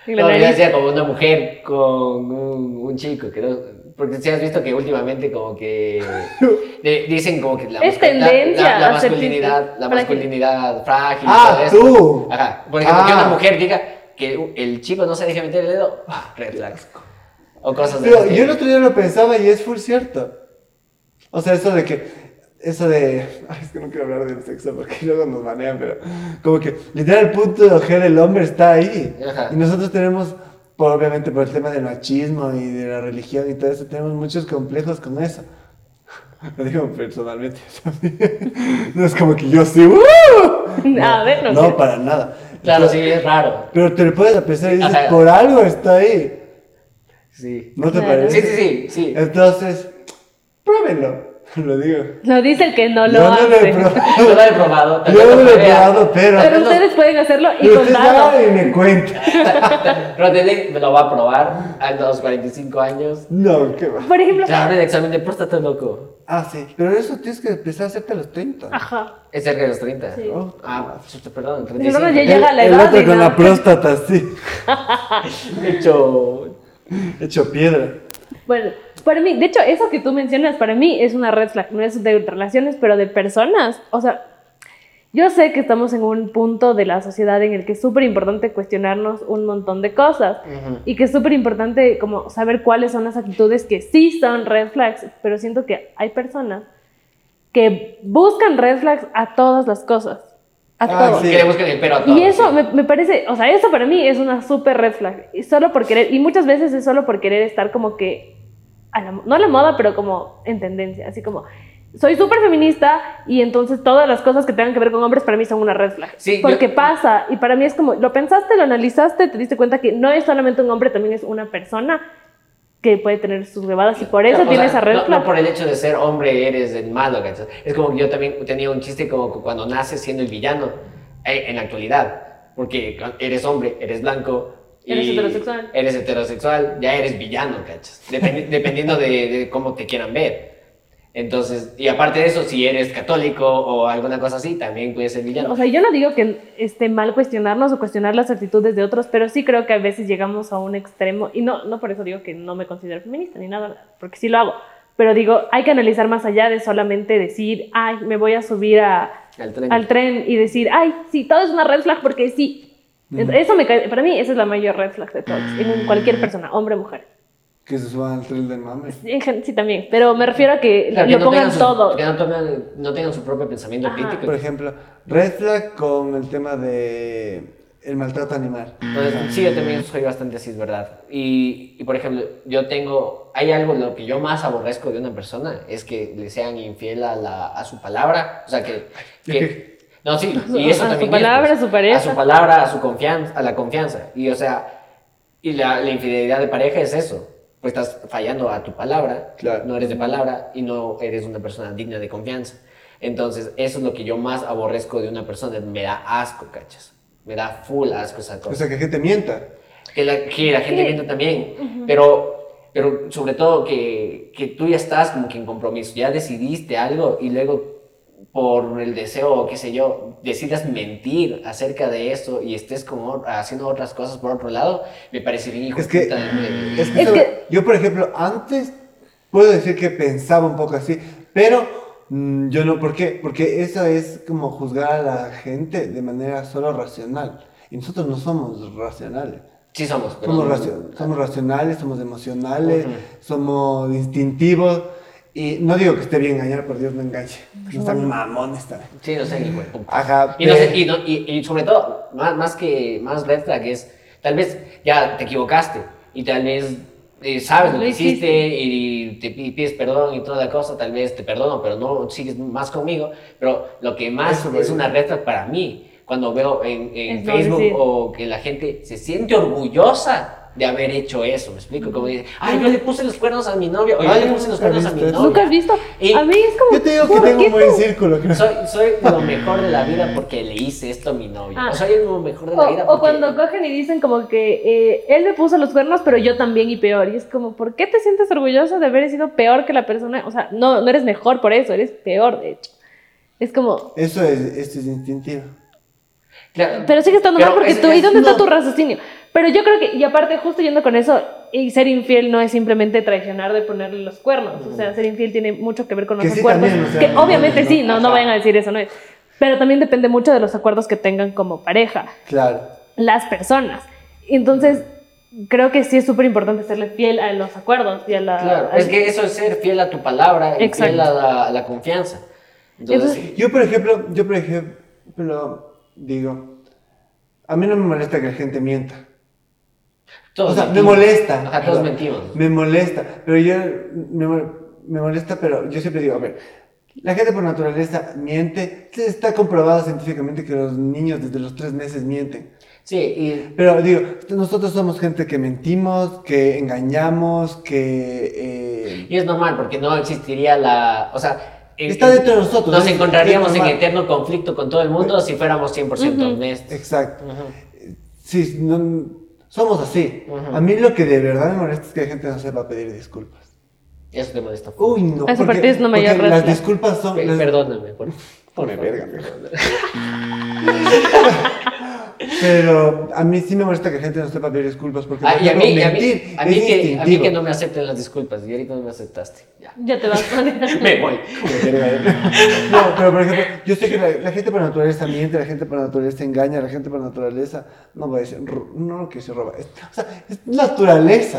En la No, ya nariz. sea como una mujer con un, un chico, que no- porque si has visto que últimamente como que de- dicen como que la, Es mascu- la- tendencia la, la a ser masculinidad, la frágil. masculinidad frágil. Ah, todo esto. tú. Ajá. Por ejemplo, que Ah. una mujer diga, que u- el chico no se deje meter el dedo, ah, red flags. O cosas de Pero esas que- yo el otro día lo pensaba y es full cierto. O sea, eso de que. Eso de. Ay, es que no quiero hablar del sexo porque luego nos banean, pero. Como que literal el punto G del hombre está ahí. Ajá. Y nosotros tenemos, por- obviamente por el tema del machismo y de la religión y todo eso, tenemos muchos complejos con eso. Lo digo personalmente. no es como que yo sí. ¡uh! A ver, no sé. No, para nada. Claro, Pero- sí, es raro. Pero te lo puedes pensar y dices, Ajá. por algo está ahí. Sí. ¿No te Claro. parece? Sí, sí, sí, sí. Entonces, pruébenlo. Lo digo. Lo dice el que no lo Yo no lo hace. he probado. Yo lo he probado. tal Yo vez no lo he vea. probado, pero. Pero ustedes pueden hacerlo y Pero usted contarlo. sabe y me cuenta. Pero Tele me lo va a probar a los 45 años. No, qué va. Por ejemplo, Claro, el examen de próstata, loco. Ah, sí. Pero eso tienes que empezar a hacerte a los 30. ajá. Es cerca de los 30. Sí. Oh. Ah, chuta, perdón, Si no, no 35. ya llega la el edad. otro y con nada. la próstata, sí. Hecho. Hecho piedra. Bueno, para mí, de hecho, eso que tú mencionas, para mí es una red flag, no es de relaciones, pero de personas. O sea, yo sé que estamos en un punto de la sociedad en el que es súper importante cuestionarnos un montón de cosas y que es súper importante como saber cuáles son las actitudes que sí son red flags, pero siento que hay personas que buscan red flags a todas las cosas, a Ah, todo. sí. Que le busquen el pero a todos. Y eso me, me parece, o sea, eso para mí es una súper red flag. Y solo por querer, y muchas veces es solo por querer estar como que, a la- no a la moda, pero como en tendencia. Así como, soy súper feminista y entonces todas las cosas que tengan que ver con hombres para mí son una red flag. Sí, Porque yo- pasa, y para mí es como, lo pensaste, lo analizaste, te diste cuenta que no es solamente un hombre, también es una persona que puede tener sus huevadas y por eso O tiene sea, esa red no, flag. no por el hecho de ser hombre eres el malo, ¿cachas? Es como que yo también tenía un chiste como que cuando naces siendo el villano eh, en la actualidad. Porque eres hombre, eres blanco. y Eres heterosexual. Eres heterosexual, ya eres villano, ¿cachas? Dependi- dependiendo de, de cómo te quieran ver. Entonces, y aparte de eso, si eres católico o alguna cosa así, también puedes ser villano. O sea, yo no digo que esté mal cuestionarnos o cuestionar las actitudes de otros, pero sí creo que a veces llegamos a un extremo, y no, no por eso digo que no me considero feminista ni nada, porque sí lo hago, pero digo, hay que analizar más allá de solamente decir, ay, me voy a subir a- Al tren. al tren y decir, ay, sí, todo es una red flag porque sí. Eso me cae- para mí esa es la mayor red flag de todos, en cualquier persona, hombre o mujer. Que se suban al tren del mame. En gen- Sí, también, pero me refiero a que Claro, que lo no pongan tengan sus- todo. Que no, tomen- no tengan su propio pensamiento Ajá. crítico. Por ejemplo, red flag con el tema de. El maltrato animal. Entonces, sí, yo también soy bastante así, es verdad. Y, y, por ejemplo, yo tengo, hay algo en lo que yo más aborrezco de una persona, es que le sean infiel a, la- a su palabra, o sea, que... que- no, sí, y eso A su también es, palabra, pues, a su pareja. A su palabra, a su confianza, a la confianza. Y, o sea, y la, la infidelidad de pareja es eso, pues estás fallando a tu palabra, Claro. no eres de palabra y no eres una persona digna de confianza. Entonces, eso es lo que yo más aborrezco de una persona, me da asco, cachas. Me da full asco esa cosa O sea, que gente mienta. que la, que la gente Sí. viendo también, pero, pero sobre todo que, que tú ya estás como que en compromiso, ya decidiste algo y luego por el deseo o qué sé yo, decidas mentir acerca de eso y estés como haciendo otras cosas por otro lado, me parece bien hijo Es de que- puta. eh, de- Es que, Es sobre- que- yo, por ejemplo, antes puedo decir que pensaba un poco así, pero mm, yo no, ¿por qué? Porque eso es como juzgar a la gente de manera solo racional. Y nosotros no somos racionales. Sí somos, pero... Somos, racio- somos racionales, somos emocionales, Ujú. somos instintivos. Y no digo que esté bien engañar, por Dios no engañe. No están mamones también. Sí, no sé, hijo de puta. Ajá. Y, no pe- sé- y no- y- y sobre todo, más, más que más red flag es, tal vez ya te equivocaste y tal vez eh, sabes lo Lo que hiciste hiciste. y te pi- pides perdón y toda la cosa, tal vez te perdono, pero no sigues más conmigo. Pero lo que más Eso lo es digo. una red flag para mí, cuando veo en, en Es no Facebook decir. o que la gente se siente orgullosa de haber hecho eso, me explico, como dice, ay, yo le puse los cuernos a mi novia, o yo Ay, le puse los nunca cuernos a he mi visto eso. novia. ¿Nunca has visto? Y- a mí es como... Yo te digo que ¿por tengo qué un buen tú? círculo, creo. Soy, soy lo mejor de la vida porque le hice esto a mi novio. Ah. O soy lo mejor de la vida O, o porque... cuando cogen y dicen como que eh, él me puso los cuernos, pero yo también y peor. Y es como, ¿por qué te sientes orgulloso de haber sido peor que la persona? O sea, no, no eres mejor por eso, eres peor, de hecho. Es como, Eso es, esto es instintivo. Claro, pero sigue estando mal pero porque es- tú, ¿y es- dónde no. está tu raciocinio? Pero yo creo que, y aparte, justo yendo con eso, y ser infiel no es simplemente traicionar de ponerle los cuernos. O sea, ser infiel tiene mucho que ver con Que los sí, acuerdos. también, o sea, que no, obviamente no, sí, no, no ajá. vayan a decir eso, no es. Pero también depende mucho de los acuerdos que tengan como pareja. Claro. las personas. Entonces, creo que sí es súper importante serle fiel a los acuerdos y a la... Claro, al- es que eso es ser fiel a tu palabra y Exacto. fiel a la, a la confianza. Entonces, Yo, por ejemplo, yo, por ejemplo, digo, a mí no me molesta que la gente mienta. todos o sea, me mentimos. molesta. Ajá, todos mentimos. Me molesta, pero yo me, mol- me molesta, pero yo siempre digo, a ver, la gente por naturaleza miente, Sí, está comprobado científicamente que los niños desde los tres meses mienten. Sí, y Pero digo, nosotros somos gente que mentimos, que engañamos, que... eh, Y es normal, porque no existiría la. O sea. en- Está dentro de nosotros, Nos es- encontraríamos es en normal. eterno conflicto con todo el mundo si fuéramos 100% honestos. exacto. Ujú. Sí, no- somos así. A mí lo que de verdad me molesta es que la gente no sepa pedir disculpas. Eso te molesta. Uy, no. A esa parte es una mayor porque red las flag. disculpas son... Pe- las- Perdóname. Por, por Ponme favor. verga, Pero a mí sí me molesta que la gente no sepa pedir disculpas porque Ah, por y a mí, ejemplo, y a mí- mentir a mí es que, a mí instintivo. que no me acepten las disculpas. Y ahorita no me aceptaste. Ya. Ya te vas. Me voy. No, pero por ejemplo, yo sé que la, la gente por naturaleza miente, la gente por naturaleza engaña, la gente por naturaleza no va a decir, ro- no lo que se roba. Es- o sea, es naturaleza.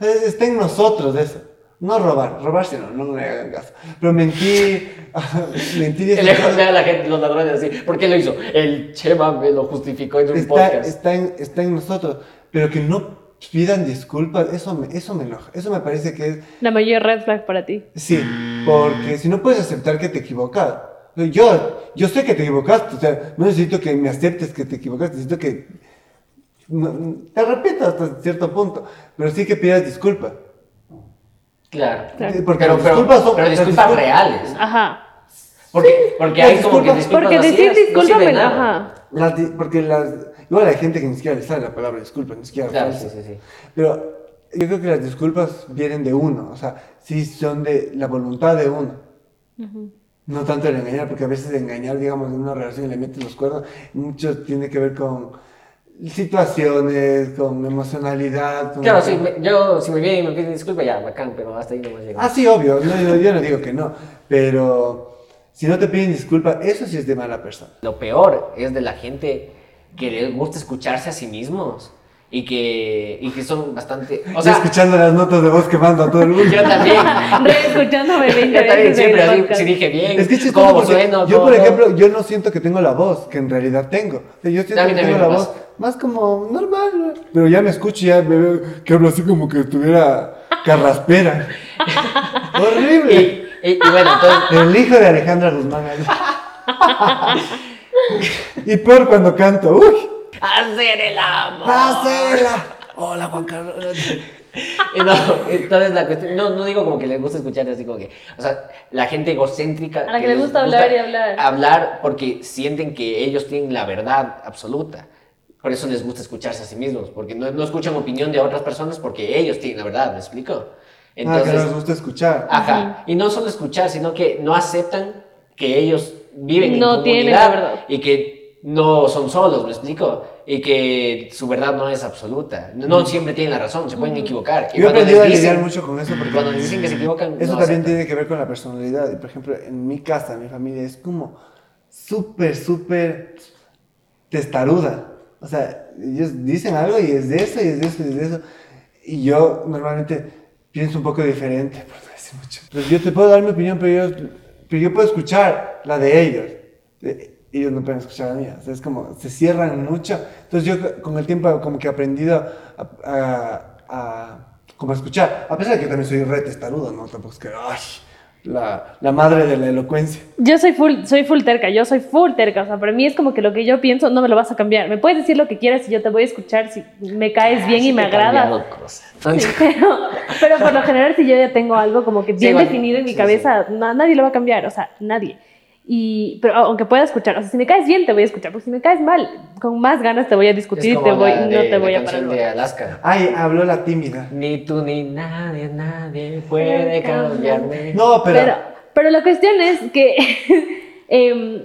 Es- Está en nosotros eso. No robar, robarse no, no me hagan caso. Pero mentir, mentir Le es conté a la gente, los ladrones así. ¿Por qué lo hizo? El Chema me lo justificó en un está, podcast. está, en, está en nosotros. Pero que no pidan disculpas, eso me, eso me enoja. Eso me parece que es La mayor red flag para ti. Sí, porque si no puedes aceptar que te equivocas. O sea, Yo, yo sé que te equivocaste, o sea, no necesito que me aceptes que te equivocaste, necesito que no, te arrepientas hasta cierto punto, pero sí que pidas disculpa. Claro. Claro. Sí, Porque pero, las pero- disculpas son pero las disculpas disculpas- reales. Ajá. Porque, porque Las hay como que disculpas- disculpas Porque vacías, decir no sirve discúlpame, nada. ajá. las di- porque las, igual hay gente que ni siquiera le sabe la palabra disculpa, ni siquiera Claro, sabe. sí, sí, sí. Pero yo creo que las disculpas vienen de uno, o sea, sí son de la voluntad de uno. No tanto el engañar, porque a veces engañar, digamos, en una relación le metes los cuernos, mucho tiene que ver con situaciones, con emocionalidad. Con Claro, sí, me- yo si me viene y me piden disculpa, ya, bacán, pero hasta ahí nomás llego. Ah, sí, obvio, no, yo, yo no digo que no, pero si no te piden disculpa, eso sí es de mala persona. Lo peor es de la gente que les gusta escucharse a sí mismos y que, y que son bastante... O Yo sea, escuchando las notas de voz que mando a todo el mundo. yo también, Reescuchándome 20 yo también veces en siempre el así, podcast. si dije bien, Es que es chistoso cómo porque sueno, yo, cómo por no. ejemplo, yo no siento que tengo la voz que en realidad tengo. O sea, yo siento A mí que tengo también la me voz pasa. más como normal. ¿no? Pero ya me escucho, y ya me veo que hablo así como que estuviera carraspera. Y, Horrible. y- y bueno, entonces, El hijo de Alejandra Guzmán. y peor cuando canto. ¡Uy! hacer el amor. ¡Pásela! Ah, Hola, Juan Carlos. Y No, entonces la cuestión, no, no digo como que les gusta escuchar así como que, o sea, la gente egocéntrica. A la que les le gusta hablar y hablar. Hablar porque sienten que ellos tienen la verdad absoluta. Por eso les gusta escucharse a sí mismos, porque no, no escuchan opinión de otras personas porque ellos tienen la verdad, ¿me explico? Ah, que Entonces, nos gusta escuchar. ajá, y no solo escuchar, sino que no aceptan que ellos viven en No comunidad tienen la verdad. y que no son solos, ¿me explico? Y que su verdad no es absoluta. No Mm. siempre tienen la razón, se pueden equivocar. Y Yo he cuando aprendido a les dicen- lidiar mucho con eso porque cuando dicen que se equivocan, Eso no también aceptan. tiene que ver con la personalidad. Y, Por ejemplo, en mi casa, mi familia es como súper, súper testaruda. O sea, ellos dicen algo y es de eso, y es de eso, y es de eso. Y yo normalmente pienso un poco diferente, por no decir mucho. Pues yo te puedo dar mi opinión, pero yo, pero yo puedo escuchar la de ellos. Eh, Ellos no pueden escuchar la mía. O sea, es como, se cierran mucho. Entonces yo con el tiempo como que he aprendido a, a- a- como a escuchar. A pesar de que también soy re testarudo, ¿no? Tampoco es que, ay, la, la madre de la elocuencia. Yo soy full, soy full terca, yo soy full terca. O sea, para mí es como que lo que yo pienso no me lo vas a cambiar. Me puedes decir lo que quieras y yo te voy a escuchar si me caes bien Ah, Sí y me te he agrada. cambiado cosas. Pero, pero por lo general, si yo ya tengo algo como que bien bueno, definido en mi sí, cabeza, na- nadie lo va a cambiar, o sea, nadie. Y, pero aunque pueda escuchar, o sea, si me caes bien te voy a escuchar, porque si me caes mal, con más ganas te voy a Es discutir, y como te voy, la no de- te voy la a parar. canción de Alaska. Ay, habló la tímida. Ni tú ni nadie, nadie puede Puede cambiarme. No, pero, Pero, pero la cuestión es que em,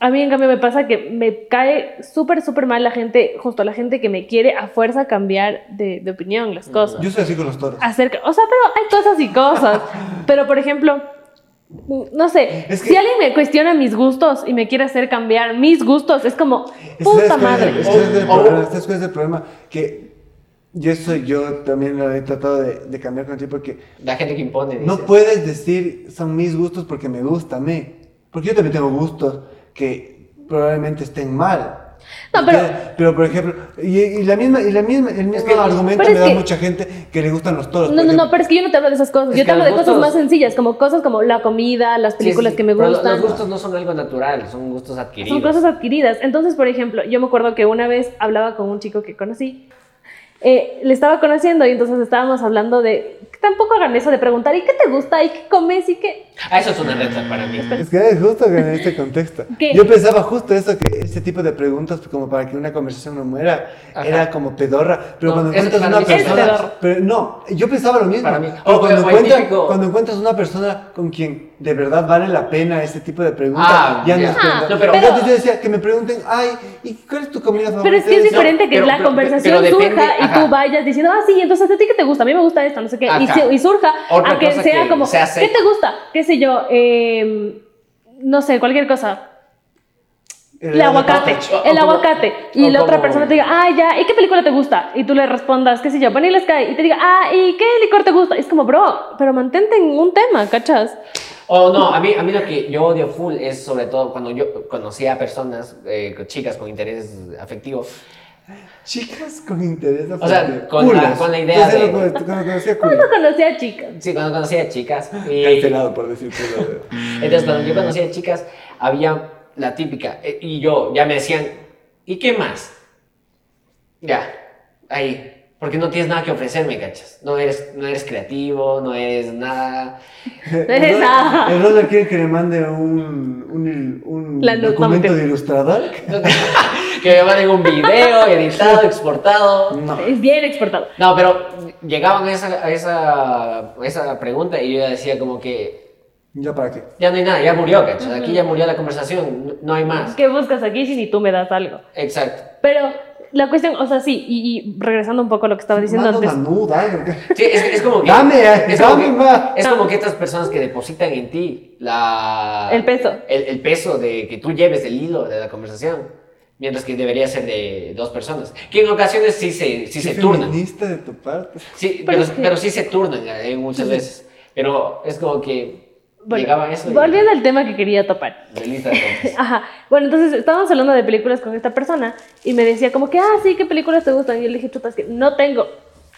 a mí en cambio me pasa que me cae súper, súper mal la gente, justo la gente que me quiere a fuerza cambiar de, de opinión las cosas. yo soy así con los toros. Acerca, o sea, pero hay cosas y cosas. pero por ejemplo, No sé, Es que- si alguien me cuestiona mis gustos y me quiere hacer cambiar mis gustos, es como, puta madre. Es, es, el problema, ¿sabes cuál es el problema? Que yo, soy, yo también lo he tratado de, de cambiar con el tiempo porque La gente que impone, dice. no puedes decir son mis gustos porque me gusta a mí. Porque yo también tengo gustos que probablemente estén mal. No, pero- Ya, pero por ejemplo, y, y la misma, y la misma, el mismo que- argumento pero me es da que- mucha gente que le gustan los toros. No, por no, no, ejemplo. pero es que yo no te hablo de esas cosas. Es yo que te hablo los de cosas gustos- más sencillas, como cosas como la comida, las Sí, películas sí, que me pero gustan. Los gustos no son algo natural, son gustos adquiridos. Son cosas adquiridas. Entonces, por ejemplo, yo me acuerdo que una vez hablaba con un chico que conocí. eh, le estaba conociendo y entonces estábamos hablando de. Tampoco hagan eso de preguntar, ¿y qué te gusta? ¿Y qué comes? ¿Y qué? Ah, eso es una red flag para mí. Es que es justo que en este contexto. ¿Qué? Yo pensaba justo eso, que este tipo de preguntas, como para que una conversación no muera, Ajá. era como pedorra. Pero No, cuando eso encuentras para una mí sí es persona. pedorro. Pero no, yo pensaba lo mismo. Para mí. Pero O- cuando, o el encuentras, típico- cuando encuentras una persona con quien de verdad vale la pena este tipo de preguntas, Ah, ya no ya. es Ah, pedorra. no, pero- Antes yo decía que me pregunten, ay, ¿y cuál es tu comida favorita? Pero es que es Yo decía, diferente que pero- la pero- conversación pero depende, surja y ajá. tú vayas diciendo, ah, sí, entonces a ti qué te gusta, a mí me gusta esto, no sé qué. Y, Ajá. se- y surja Otra a que cosa sea que como, se hace- ¿qué te gusta? ¿Qué sé yo? eh, no sé, cualquier cosa. El aguacate, cottage. el O como- aguacate. o Y la otra como- persona te diga, ah, ya, ¿y qué película te gusta? Y tú le respondas, qué sé yo, Vanilla Sky. Y te diga, ah, ¿y qué licor te gusta? Y es como, bro, pero mantente en un tema, ¿cachas? O Oh, no, a mí, a mí lo que yo odio full es sobre todo cuando yo conocía a personas, eh, con chicas con interés afectivo. Chicas con interés O sea, afectivo. con la- Culas. con la idea Entonces, de- cuando- cuando conocía Cuando culas. conocí a chicas. Sí, cuando conocía a chicas. y- Cancelado por decir culo. Entonces, cuando yo conocía a chicas, había la típica. eh, Y yo, ya me decían, ¿y qué más? Ya, ahí. Porque no tienes nada que ofrecerme, cachas. No eres, no eres creativo, no eres nada. El Esa. Ro- el Rola quiere que le mande un, un, un La nota, documento mentira. de ilustrador. que me manden un video editado, exportado. No. Es bien exportado. No, pero llegaban a esa, a esa, a esa pregunta y yo ya decía como que ¿Ya para qué? ya no hay nada, ya murió, cachas. Aquí ya murió la conversación, no, no hay más. ¿Qué buscas aquí si ni tú me das algo? Exacto. Pero la cuestión, o sea, sí, y, y regresando un poco a lo que estaba diciendo Manda antes. una nuda. ¿eh? algo que- Sí, es, es como que. Dame, eh, es como dame que- más. Es como que estas personas que depositan en ti la. El peso. El, el peso de que tú lleves el hilo de la conversación. Mientras que debería ser de dos personas. Que en ocasiones sí se, sí Qué se turnan. feminista de tu parte. Sí, Pero pero, es que- pero sí se turnan eh, muchas veces. Pero es como que. Bueno, llegaba eso. y- volviendo al tema que quería topar. Delita, entonces. Ajá. Bueno, entonces estábamos hablando de películas con esta persona y me decía como que, ah, sí, ¿qué películas te gustan? Y yo le dije, chuta, es que no tengo,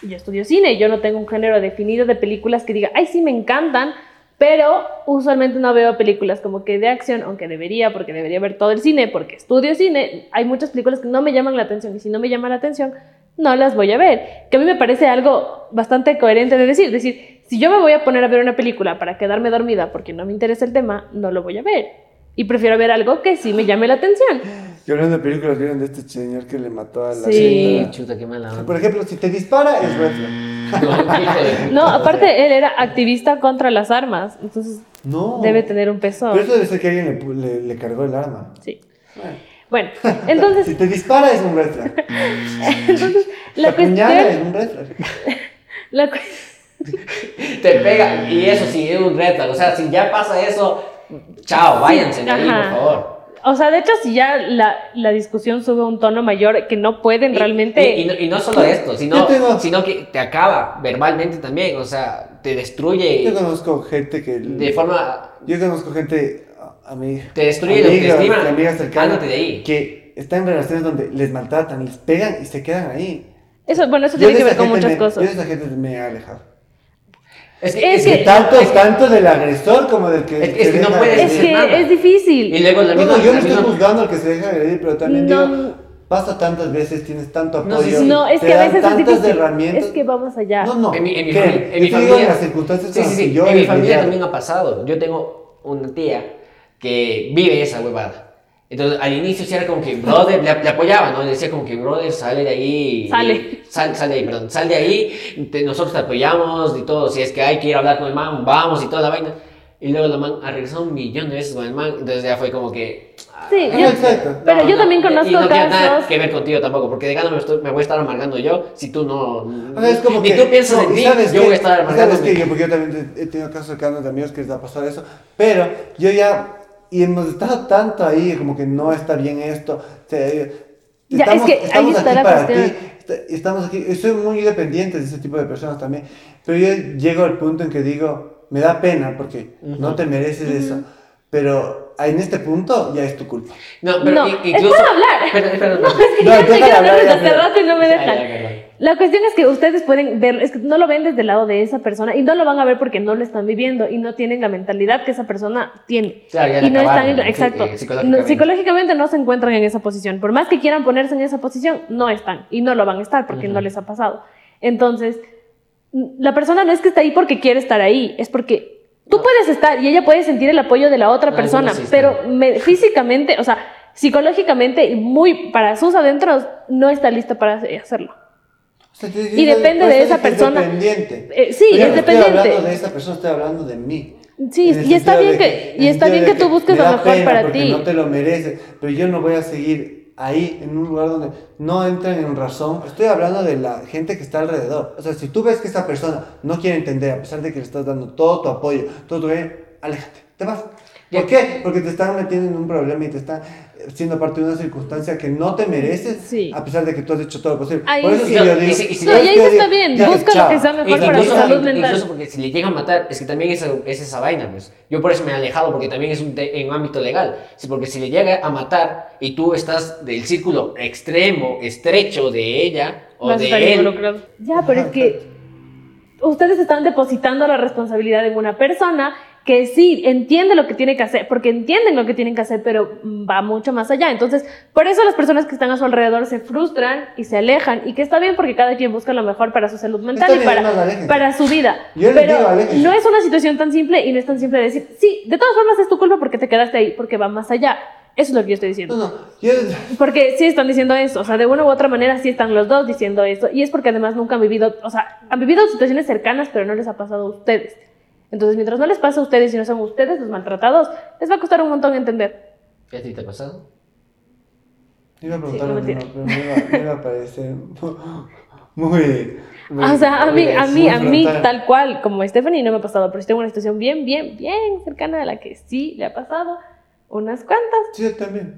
yo estudio cine, yo no tengo un género definido de películas que diga, ay, sí, me encantan, pero usualmente no veo películas como que de acción, aunque debería, porque debería ver todo el cine, porque estudio cine, hay muchas películas que no me llaman la atención y si no me llama la atención, no las voy a ver. Que a mí me parece algo bastante coherente de decir, decir, si yo me voy a poner a ver una película para quedarme dormida porque no me interesa el tema, no lo voy a ver. Y prefiero ver algo que sí me llame la atención. Y hablando de películas, vieron de este señor que le mató a la Sí. Sí, señora? chuta, qué mala onda. Por ejemplo, si te dispara, es red flag. No, hijo de- No, aparte él era activista contra las armas, entonces No. debe tener un peso. Oh. Pero eso debe ser que alguien le, pu- le, le cargó el arma. Sí. Bueno. Bueno, Si entonces, te dispara, es un red flag. entonces la La puñada es cuestión, un red flag. la cu- Te pega. Y eso sí, es un reto. O sea, si ya pasa eso, chao, váyanse de ahí, ajá. por favor. o sea, de hecho si ya la, la discusión sube a un tono mayor que no pueden Y- realmente Y, y no, y no solo esto, Yo sino, tengo- sino que te acaba verbalmente también. O sea, te Yo destruye conozco gente que. de forma. Yo conozco gente, a- amiga. Te destruye la amiga, autoestima. amiga cercana, Ándate de ahí. Que están en relaciones donde les maltratan, les pegan y se quedan ahí. eso bueno, eso Yo tiene de que ver esa con gente muchas me- Yo de cosas. esa gente me he alejado. Es Es De que- tanto, es que- tanto del agresor como del que. Es que- es se que no deja puedes- Es agredir. que nada. es Y difícil. luego la No, no, misma- yo no la estoy misma- juzgando al que se deja agredir, pero también No. digo, pasa tantas veces, tienes tanto No, apoyo. sí, sí. No, es te que a dan veces es tantas difícil. herramientas. Es que vamos allá. No, no. En mi, en mi ¿qué? familia. En Yo mi te digo familia- las circunstancias sí, con sí, las que sí. yo en mi he familia lidiado. también ha pasado. Yo tengo una tía que vive esa huevada. Entonces, al inicio sí era como que, brother, le, le apoyaba, ¿no? Le decía como que, brother, sale de ahí. Sale. Sal, sal de ahí, perdón. Sal de ahí, te- nosotros te apoyamos y todo. Si es que hay que ir a hablar con el man, vamos y toda la vaina. Y luego la man ha regresado un millón de veces con el man. Entonces ya fue como que, Sí, Ah, yo- exacto. pero yo también y no conozco tiene nada casos. que ver contigo tampoco, porque de gana me, estoy- me voy a estar amargando yo si tú no. O sea, es como ni que, tú piensas no, en y ti, ¿sabes yo qué? voy a estar amargando. ¿Sabes qué? Yo- Porque yo también he tenido casos cercanos de amigos que les ha pasado eso. Pero yo ya. Y hemos estado tanto ahí, como que no está bien esto. te- Ya, es que ahí estamos está aquí la para cuestión. ti, est- Estamos aquí. y Soy muy dependiente de ese tipo de personas también. Pero yo llego al punto en que digo, me da pena porque no te mereces eso. Pero en este punto ya es tu culpa. No, pero No, i- es incluso. para hablar. Espera, espera, No, es que No, yo te empieza quiero a hablar hablar, desde ya, hace pero- rato y no me Ya, dejan. ya, perdón. La cuestión es que ustedes pueden ver, es que no lo ven desde el lado de esa persona y no lo van a ver porque no lo están viviendo y no tienen la mentalidad que esa persona tiene. Claro, ya la y no acabaron, están, en- sí, exacto. eh, psicológicamente. No, psicológicamente no se encuentran en esa posición. Por más que quieran ponerse en esa posición, no están y no lo van a estar porque no les ha pasado. Entonces, la persona no es que está ahí porque quiere estar ahí, es porque tú puedes estar y ella puede sentir el apoyo de la otra No, persona, algunos sí están. pero me- físicamente, o sea, psicológicamente y muy para sus adentros no está lista para hacerlo. O sea, te- Y yo- depende por de eso dije, esa es persona. Dependiente. Eh, sí, Pero yo es no dependiente. Estoy hablando de esa persona, estoy hablando de mí. Sí, En el y está sentido de bien que- en y el está sentido bien de que tú busques me lo da mejor pena para porque ti. No te lo mereces, pero yo no voy a seguir ahí en un lugar donde no entran en razón. Estoy hablando de la gente que está alrededor. O sea, si tú ves que esa persona no quiere entender, a pesar de que le estás dando todo tu apoyo, todo tu bien, aléjate, te vas. Ya. ¿Por qué? Porque te están metiendo en un problema y te están eh, siendo parte de una circunstancia que no te mereces, Sí. a pesar de que tú has hecho todo lo posible. Ahí Por eso sí. es que yo No, y digo, si- y si- por No, eso y ahí yo eso está digo, bien, ya, busca lo chao. que sea mejor Y para tu incluso- salud mental. Incluso porque si le llegan a matar, es que también es, es esa vaina, pues. Yo por eso me he alejado, porque también es un te- en un ámbito legal. Sí, porque si le llega a matar y tú estás del círculo extremo, estrecho de ella o Vas a estar de él. involucrado. Ya, pero es que ustedes están depositando la responsabilidad en una persona que sí entiende lo que tiene que hacer, porque entienden lo que tienen que hacer, pero mm, va mucho más allá. Entonces, por eso las personas que están a su alrededor se frustran y se alejan, y que está bien porque cada quien busca lo mejor para su salud mental Está y bien, para, además, aléjense. para su vida. Yo les pero digo, aléjense. no es una situación tan simple y no es tan simple decir, sí, de todas formas es tu culpa porque te quedaste ahí, porque va más allá. Eso es lo que yo estoy diciendo. No, no, yo... Porque sí están diciendo eso, o sea, de una u otra manera sí están los dos diciendo eso, y es porque además nunca han vivido, o sea, han vivido situaciones cercanas, pero no les ha pasado a ustedes. Entonces, mientras no les pasa a ustedes y no son ustedes los maltratados, les va a costar un montón entender. ¿Qué a ti te ha pasado? Iba a preguntar no lo mentira. mismo, pero me iba, me iba a parecer muy... muy- O sea, a muy mí, a mí, a mí, frontal. tal cual, como Stephanie, no me ha pasado, pero sí tengo una situación bien, bien, bien cercana a la que sí le ha pasado unas cuantas. Sí, yo también.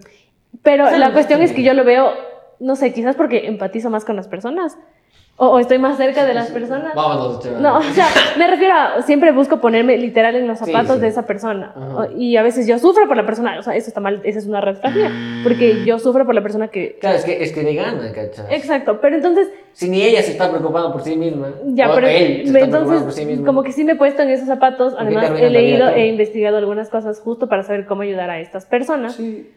Pero Sí, la sí, cuestión sí. es que yo lo veo, no sé, quizás porque empatizo más con las personas, o, o estoy más cerca de las personas. Vámonos, chaval. No, o sea, me refiero a siempre busco ponerme literal en los Sí, zapatos sí. de esa persona. Ajá. O- Y a veces yo sufro por la persona, o sea, eso está mal, esa es una red flag mía, porque yo sufro por la persona que... Claro, es que, es que le gana, ¿cachas? Exacto, pero entonces, Si ni ella se está preocupando por sí misma. ya, o pero él se me- está preocupando por sí entonces, mismo. como que sí me he puesto en esos zapatos, Porque además termina he la vida leído todo. e investigado algunas cosas justo para saber cómo ayudar a estas personas. Sí.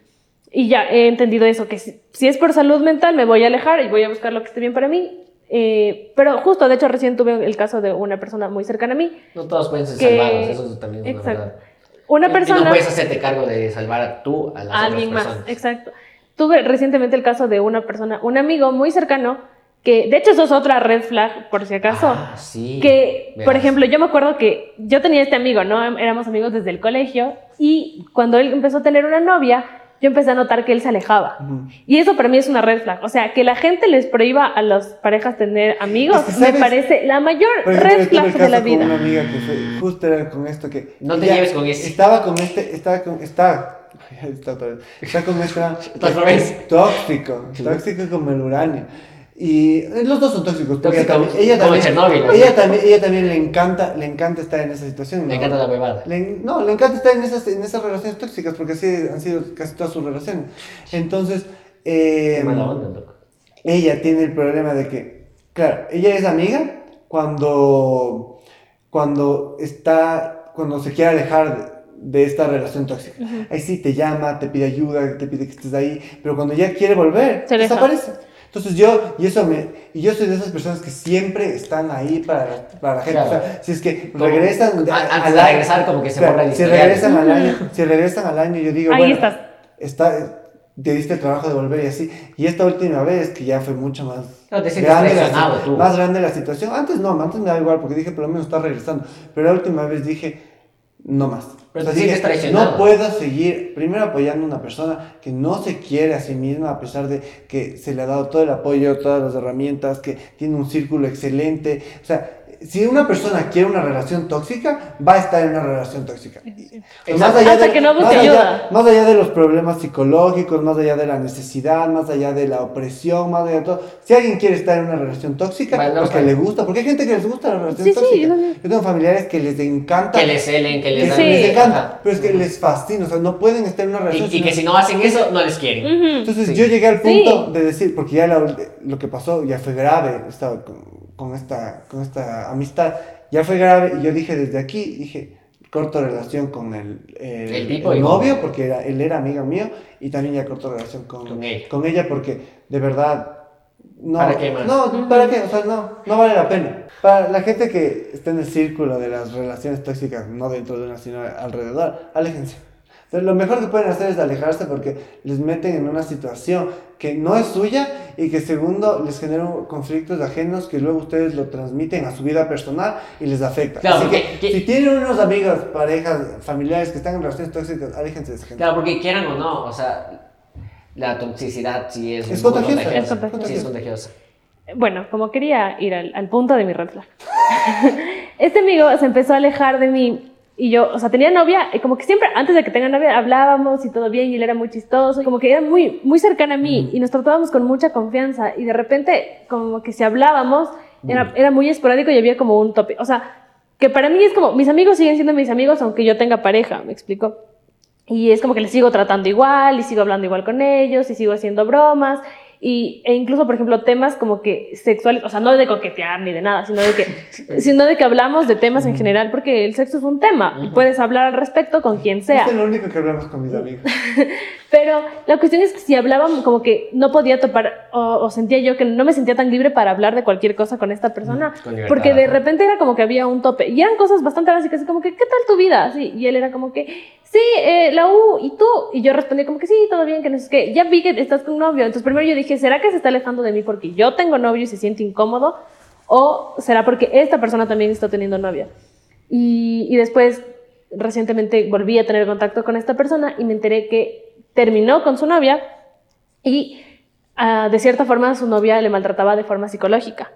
Y ya he entendido eso, que si, si es por salud mental me voy a alejar y voy a buscar lo que esté bien para mí. Eh, pero justo, de hecho, recién tuve el caso de una persona muy cercana a mí. No todos pueden ser que- salvados, eso también es una Exacto. verdad. Una Y- persona... Y no puedes hacerte cargo de salvar a tú a las a otras alguien más. personas. Exacto. Tuve recientemente el caso de una persona, un amigo muy cercano, que de hecho eso es otra red flag, por si acaso. Ah, sí. que, por Verás. ejemplo, yo me acuerdo que yo tenía este amigo, ¿no? Éramos amigos desde el colegio y cuando él empezó a tener una novia, yo empecé a notar que él se alejaba. Y eso para mí es una red flag. O sea, que la gente les prohíba a las parejas tener amigos, Es que, me ¿sabes? parece la mayor Por ejemplo, red yo tuve flag el de caso la con una vida. amiga que fue justo era con esto que... No te ella lleves con ese. Estaba con este, estaba con, está, está otra vez, está con esta... Otra vez. Tóxico, tóxico como el uranio. Y eh, los dos son tóxicos. porque Tóxico, también- ella como también, Chernóbil, ¿no? ella también, ella también le encanta, le encanta estar en esa situación. Me ¿no? encanta la huevada. Le- no, le encanta estar en esas, en esas relaciones tóxicas porque así han sido casi todas sus relaciones. Entonces, eh, Qué mala onda, loco. ella tiene el problema de que, claro, ella es amiga cuando, cuando está, cuando se quiere alejar de, de esta relación tóxica. Ahí sí te llama, te pide ayuda, te pide que estés ahí, pero cuando ya quiere volver, Se aleja. desaparece. Entonces yo, y eso me, y yo soy de esas personas que siempre están ahí para, para la gente. Claro. O sea, si es que Como- regresan a- antes de regresar, como que se borra el Si historial. regresan al año, si regresan al año, yo digo, Ahí bueno, estás. está, te diste el trabajo de volver y así. Y esta última vez, que ya fue mucho más No, te sientes grande, la, presionado, situ- tú. más grande la situación. Antes no, antes me da igual porque dije, por lo menos está regresando. Pero la última vez dije, no más. Pero O sea, te sigues dije, traicionando. no puedo seguir primero apoyando a una persona que no se quiere a sí misma a pesar de que se le ha dado todo el apoyo, todas las herramientas, que tiene un círculo excelente. O sea, si una persona quiere una relación tóxica, va a estar en una relación tóxica. Exacto. Hasta que no busque más allá- ayuda. más allá de los problemas psicológicos, más allá de la necesidad, más allá de la opresión, más allá de todo. Si alguien quiere estar en una relación tóxica, Vale, no, porque vale. le gusta, porque hay gente que les gusta la relación Sí, sí, tóxica. lo sé. Yo tengo familiares que les encanta Que les celen, que que les se dan. Sí. les encanta, Ajá. pero es que les fascina, o sea, no pueden estar en una Y, relación. y sino- que si no hacen eso, no les quieren. Ujú. Entonces Sí. yo llegué al Sí. punto de decir, porque ya la- lo que pasó ya fue grave, estaba con, con esta, con esta amistad, ya fue grave, y yo dije desde aquí, dije, corto relación con el, el, El tipo el y con- novio, porque era- él era amigo mío, y también ya corto relación con, Con ella. con ella, porque de verdad... No, ¿Para qué más? no, ¿para qué? O sea, no, no vale la pena. Para la gente que está en el círculo de las relaciones tóxicas, no dentro de una, sino alrededor, aléjense. Pero lo mejor que pueden hacer es alejarse porque les meten en una situación que no es suya y que segundo les genera un- conflictos ajenos que luego ustedes lo transmiten a su vida personal y les afecta. Claro, Así que, porque- que- si tienen unos amigos, parejas, familiares que están en relaciones tóxicas, aléjense de esa gente. Claro, porque quieran o no, o sea, la toxicidad sí es. Es un poco contagiosa. Es contagiosa. Sí, es contagiosa. Bueno, como quería ir al, al punto de mi red flag. Este amigo se empezó a alejar de mí y yo, o sea, tenía novia, y como que siempre antes de que tenga novia hablábamos y todo bien y él era muy chistoso, y como que era muy, muy cercano a mí y nos tratábamos con mucha confianza y de repente como que si hablábamos era, era muy esporádico y había como un tope, o sea, que para mí es como, mis amigos siguen siendo mis amigos aunque yo tenga pareja, me explico. Y es como que les sigo tratando igual, y sigo hablando igual con ellos, y sigo haciendo bromas, y, e incluso, por ejemplo, temas como que sexuales, o sea, no de coquetear ni de nada, sino de que, sino de que hablamos de temas en general, porque el sexo es un tema, y puedes hablar al respecto con quien sea. Esto es lo único que hablamos con mis amigos. Pero la cuestión es que si hablábamos, como que no podía topar, o, o sentía yo que no me sentía tan libre para hablar de cualquier cosa con esta persona, con libertad, porque de ajá. repente era como que había un tope, y eran cosas bastante básicas, así como que, ¿qué tal tu vida? Así, y él era como que, sí, eh, la U, ¿y tú? Y yo respondí como que sí, todo bien, que no sé qué, ya vi que estás con un novio, entonces primero yo dije, ¿será que se está alejando de mí porque yo tengo novio y se siente incómodo? ¿O será porque esta persona también está teniendo novia? Y, y después, recientemente volví a tener contacto con esta persona y me enteré que terminó con su novia y ah, de cierta forma su novia le maltrataba de forma psicológica.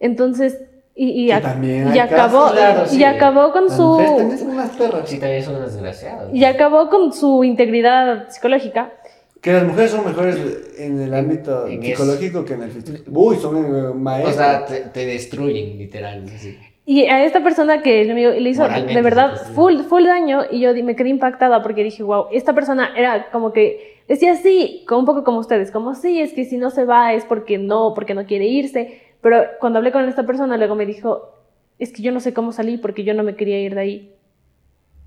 Entonces, y, y Que ac- también hay y acabó, casos, claro, y sí. acabó con Las mujeres su también son unas perras. Sí, también son unas desgraciadas. y acabó con su integridad psicológica. Que las mujeres son mejores en el ámbito en eso. psicológico que en el físico. Uy, son eh, O maestras. sea, te, te destruyen, literal. así. Y a esta persona que es mi amigo le hizo Moralmente, de verdad sí, sí. full, full daño y yo di- me quedé impactada porque dije, wow, esta persona era como que decía sí, como un poco como ustedes, como sí, es que si no se va es porque no, porque no quiere irse. Pero cuando hablé con esta persona luego me dijo, es que yo no sé cómo salí porque yo no me quería ir de ahí.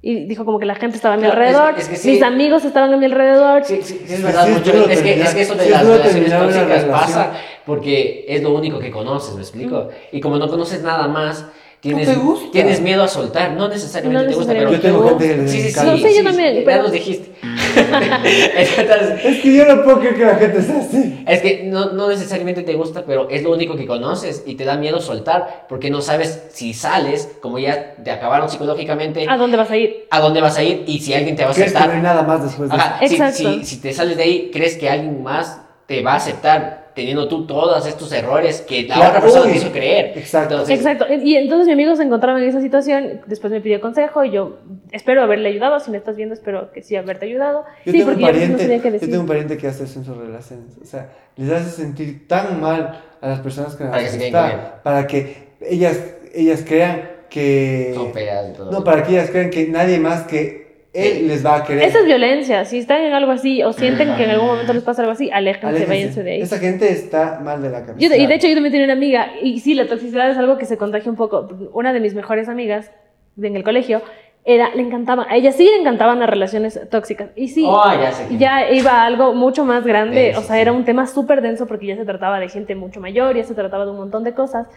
Y dijo como que la gente estaba a mi Claro, es- alrededor, es que sí. mis amigos estaban a mi alrededor. Sí, sí, sí, es verdad, Sí, es mucho. duro es, que, terminar- es que eso de sí, es las duro relaciones terminar una tóxicas pasa relación. porque es lo único que conoces, ¿me explico? Y como no conoces nada más, tienes, te gusta. tienes miedo a soltar. No necesariamente No te gusta, pero. necesariamente. Yo tengo gente que le Sí, sí, sí. encanta. No sé, yo también, Ya pero- nos dijiste. Entonces, Es que yo no puedo creer que la gente sea así. Es que no, no necesariamente te gusta, pero es lo único que conoces y te da miedo soltar porque no sabes si sales, como ya te acabaron psicológicamente, ¿A dónde vas a ir? a dónde vas a ir y si alguien te va a ¿Crees que no hay aceptar. nada más después de Ajá, si, Exacto. si, si te sales de ahí, crees que alguien más te va a aceptar teniendo tú todos estos errores que la Claro, otra persona uy, te hizo creer. exacto. Entonces, Exacto. Y y entonces mi amigo se encontraba en esa situación, después me pidió consejo y yo espero haberle ayudado, si me estás viendo espero que sí haberte ayudado. Yo sí, tengo porque un yo no pariente, sabía qué yo decir. tengo un pariente que hace eso en sus relaciones. O sea, les hace sentir tan mal a las personas con Para las que se que queden con está, para que ellas, ellas crean que... son feas y todo. No, para que ellas crean que nadie más que él les va a querer. Esa es violencia. Si están en algo así o sienten que en algún momento les pasa algo así, aléjense, Aléjense. váyanse de ahí. Esa gente está mal de la cabeza. Yo- y de hecho yo también tenía una amiga, y sí, la toxicidad es algo que se contagia un poco. Una de mis mejores amigas de- en el colegio, era, le encantaba, a ella sí le encantaban las relaciones tóxicas. Y sí, Oh, ya sé quién. ya iba a algo mucho más grande, Denso, o sea, sí. era un tema súper denso porque ya se trataba de gente mucho mayor, ya se trataba de un montón de cosas.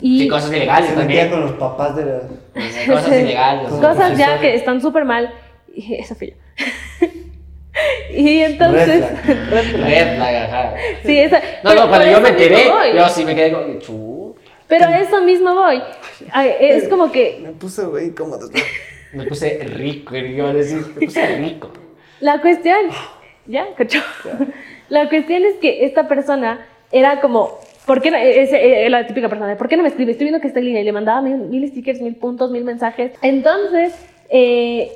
Y Y cosas ilegales se metía con también. los papás de la... Cosas ilegales. con- cosas ya profesores. que están súper mal. Y esa fui yo. y Red entonces... flag. Red flag, ajá. Sí, esa, No, no, cuando pero yo me eso mismo enteré, voy. yo sí me quedé con. "Chu". Pero a eso mismo voy. Ay, Es como que Me puse güey, incómodo. Me puse rico, ¿qué iba a decir? Me puse rico. La cuestión, ya, cachó. La cuestión es que esta persona era como, ¿por qué no? es, eh, la típica persona, de, ¿por qué no me escribe? Estoy viendo que está en línea y le mandaba mil, mil stickers, mil puntos, mil mensajes. Entonces, eh,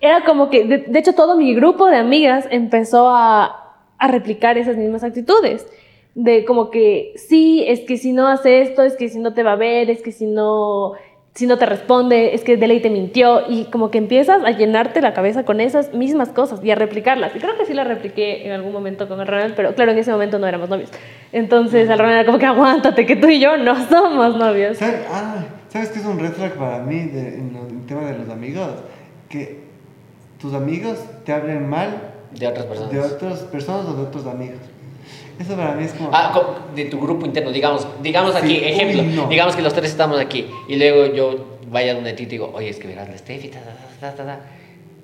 era como que, de, de hecho, todo mi grupo de amigas empezó a, a replicar esas mismas actitudes. De como que, sí, es que si no hace esto, es que si no te va a ver, es que si no si no te responde, es que de ley te mintió y como que empiezas a llenarte la cabeza con esas mismas cosas y a replicarlas. Y creo que sí las repliqué en algún momento con el Ronald, pero claro, en ese momento no éramos novios. Entonces el Ronald era como que aguántate, que tú y yo no somos novios. ¿Sabes, ah, ¿sabes qué es un red flag para mí de- en lo- el tema de los amigos? Que tus amigos te hablen mal De otras de personas. otras personas o de otros amigos. Eso para mí es como... Ah, co- de tu grupo interno, digamos, digamos Sí, aquí, uy, ejemplo, no. digamos que los tres estamos aquí y luego yo vaya donde ti y te digo, oye, es que verás la Steffi, ta, ta, ta, ta, ta, ta".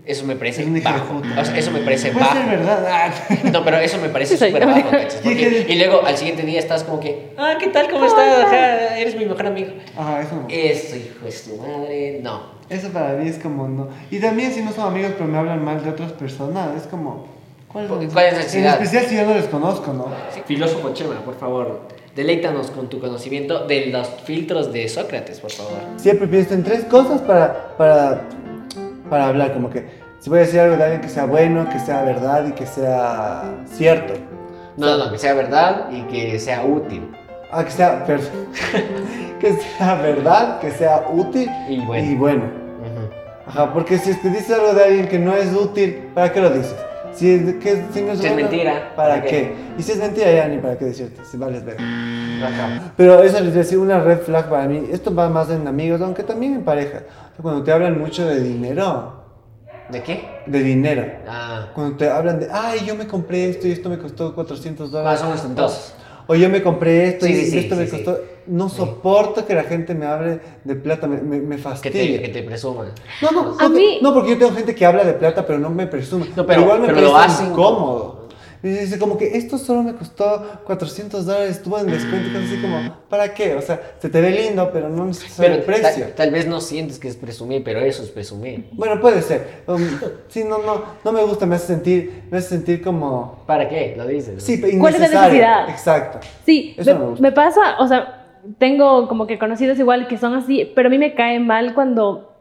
Eso me parece Es un hijo de bajo. puta. O sea, eso me parece Puede bajo. ser verdad. ah. No, pero eso me parece Sí, soy. súper bajo, ¿cachas? Y Porque- que- y luego al siguiente día estás como que, ah, ¿qué tal? ¿Cómo estás? Ajá, eres mi mejor amigo. Ajá, eso no. Eso, hijo de su madre, no. Eso para mí es como no. Y también si no son amigos pero me hablan mal de otras personas, es como... ¿Cuál es la Pues, ¿Cuál es necesidad? la necesidad? En especial si yo no les conozco, ¿no? Sí. Filósofo Chema, por favor, deleítanos con tu conocimiento de los filtros de Sócrates, por favor. Siempre pienso en tres cosas para, para, para hablar, como que si voy a decir algo de alguien que sea bueno, que sea verdad y que sea cierto. No, no, que sea verdad y que sea útil. Ah, que sea, per- que sea verdad, que sea útil Y bueno. Ajá, porque si es que dices algo de alguien que no es útil, ¿para qué lo dices? Si, es de- que, si no es, Si es bueno, mentira, ¿para ¿para qué? qué? Y si es mentira, ya ni para qué decirte, si vales ver. Ajá. Pero eso les decía una red flag para mí. Esto va más en amigos, aunque también en pareja. Cuando te hablan mucho de dinero, ¿De qué? de dinero. Ah, Cuando te hablan de, ay, yo me compré esto y esto me costó 400 más dólares. son ostentosos. O yo me compré esto y Sí, sí, esto sí, me sí, sí. costó. No Sí. soporto que la gente me hable de plata, me, me, me Que fastidia. te, que te presuman. No, no, A no, te- mí- no, porque yo tengo gente que habla de plata, pero no me presume. No, pero- pero igual me pero lo parece hacen. incómodo. Y dice como que esto solo me costó 400 dólares, estuvo en descuento y cosas así como, ¿para qué? O sea, se te ve lindo, pero no necesariamente Pero el precio. tal, tal vez no sientes que es presumir, pero eso es presumir. Bueno, puede ser. Um, sí, no, no, no me gusta, me hace sentir, me hace sentir como... ¿Para qué? Lo dices. Sí, ¿Cuál es la innecesario. necesidad? Exacto. Sí, Eso me, no me gusta. me pasa, o sea, tengo como que conocidos igual que son así, pero a mí me cae mal cuando,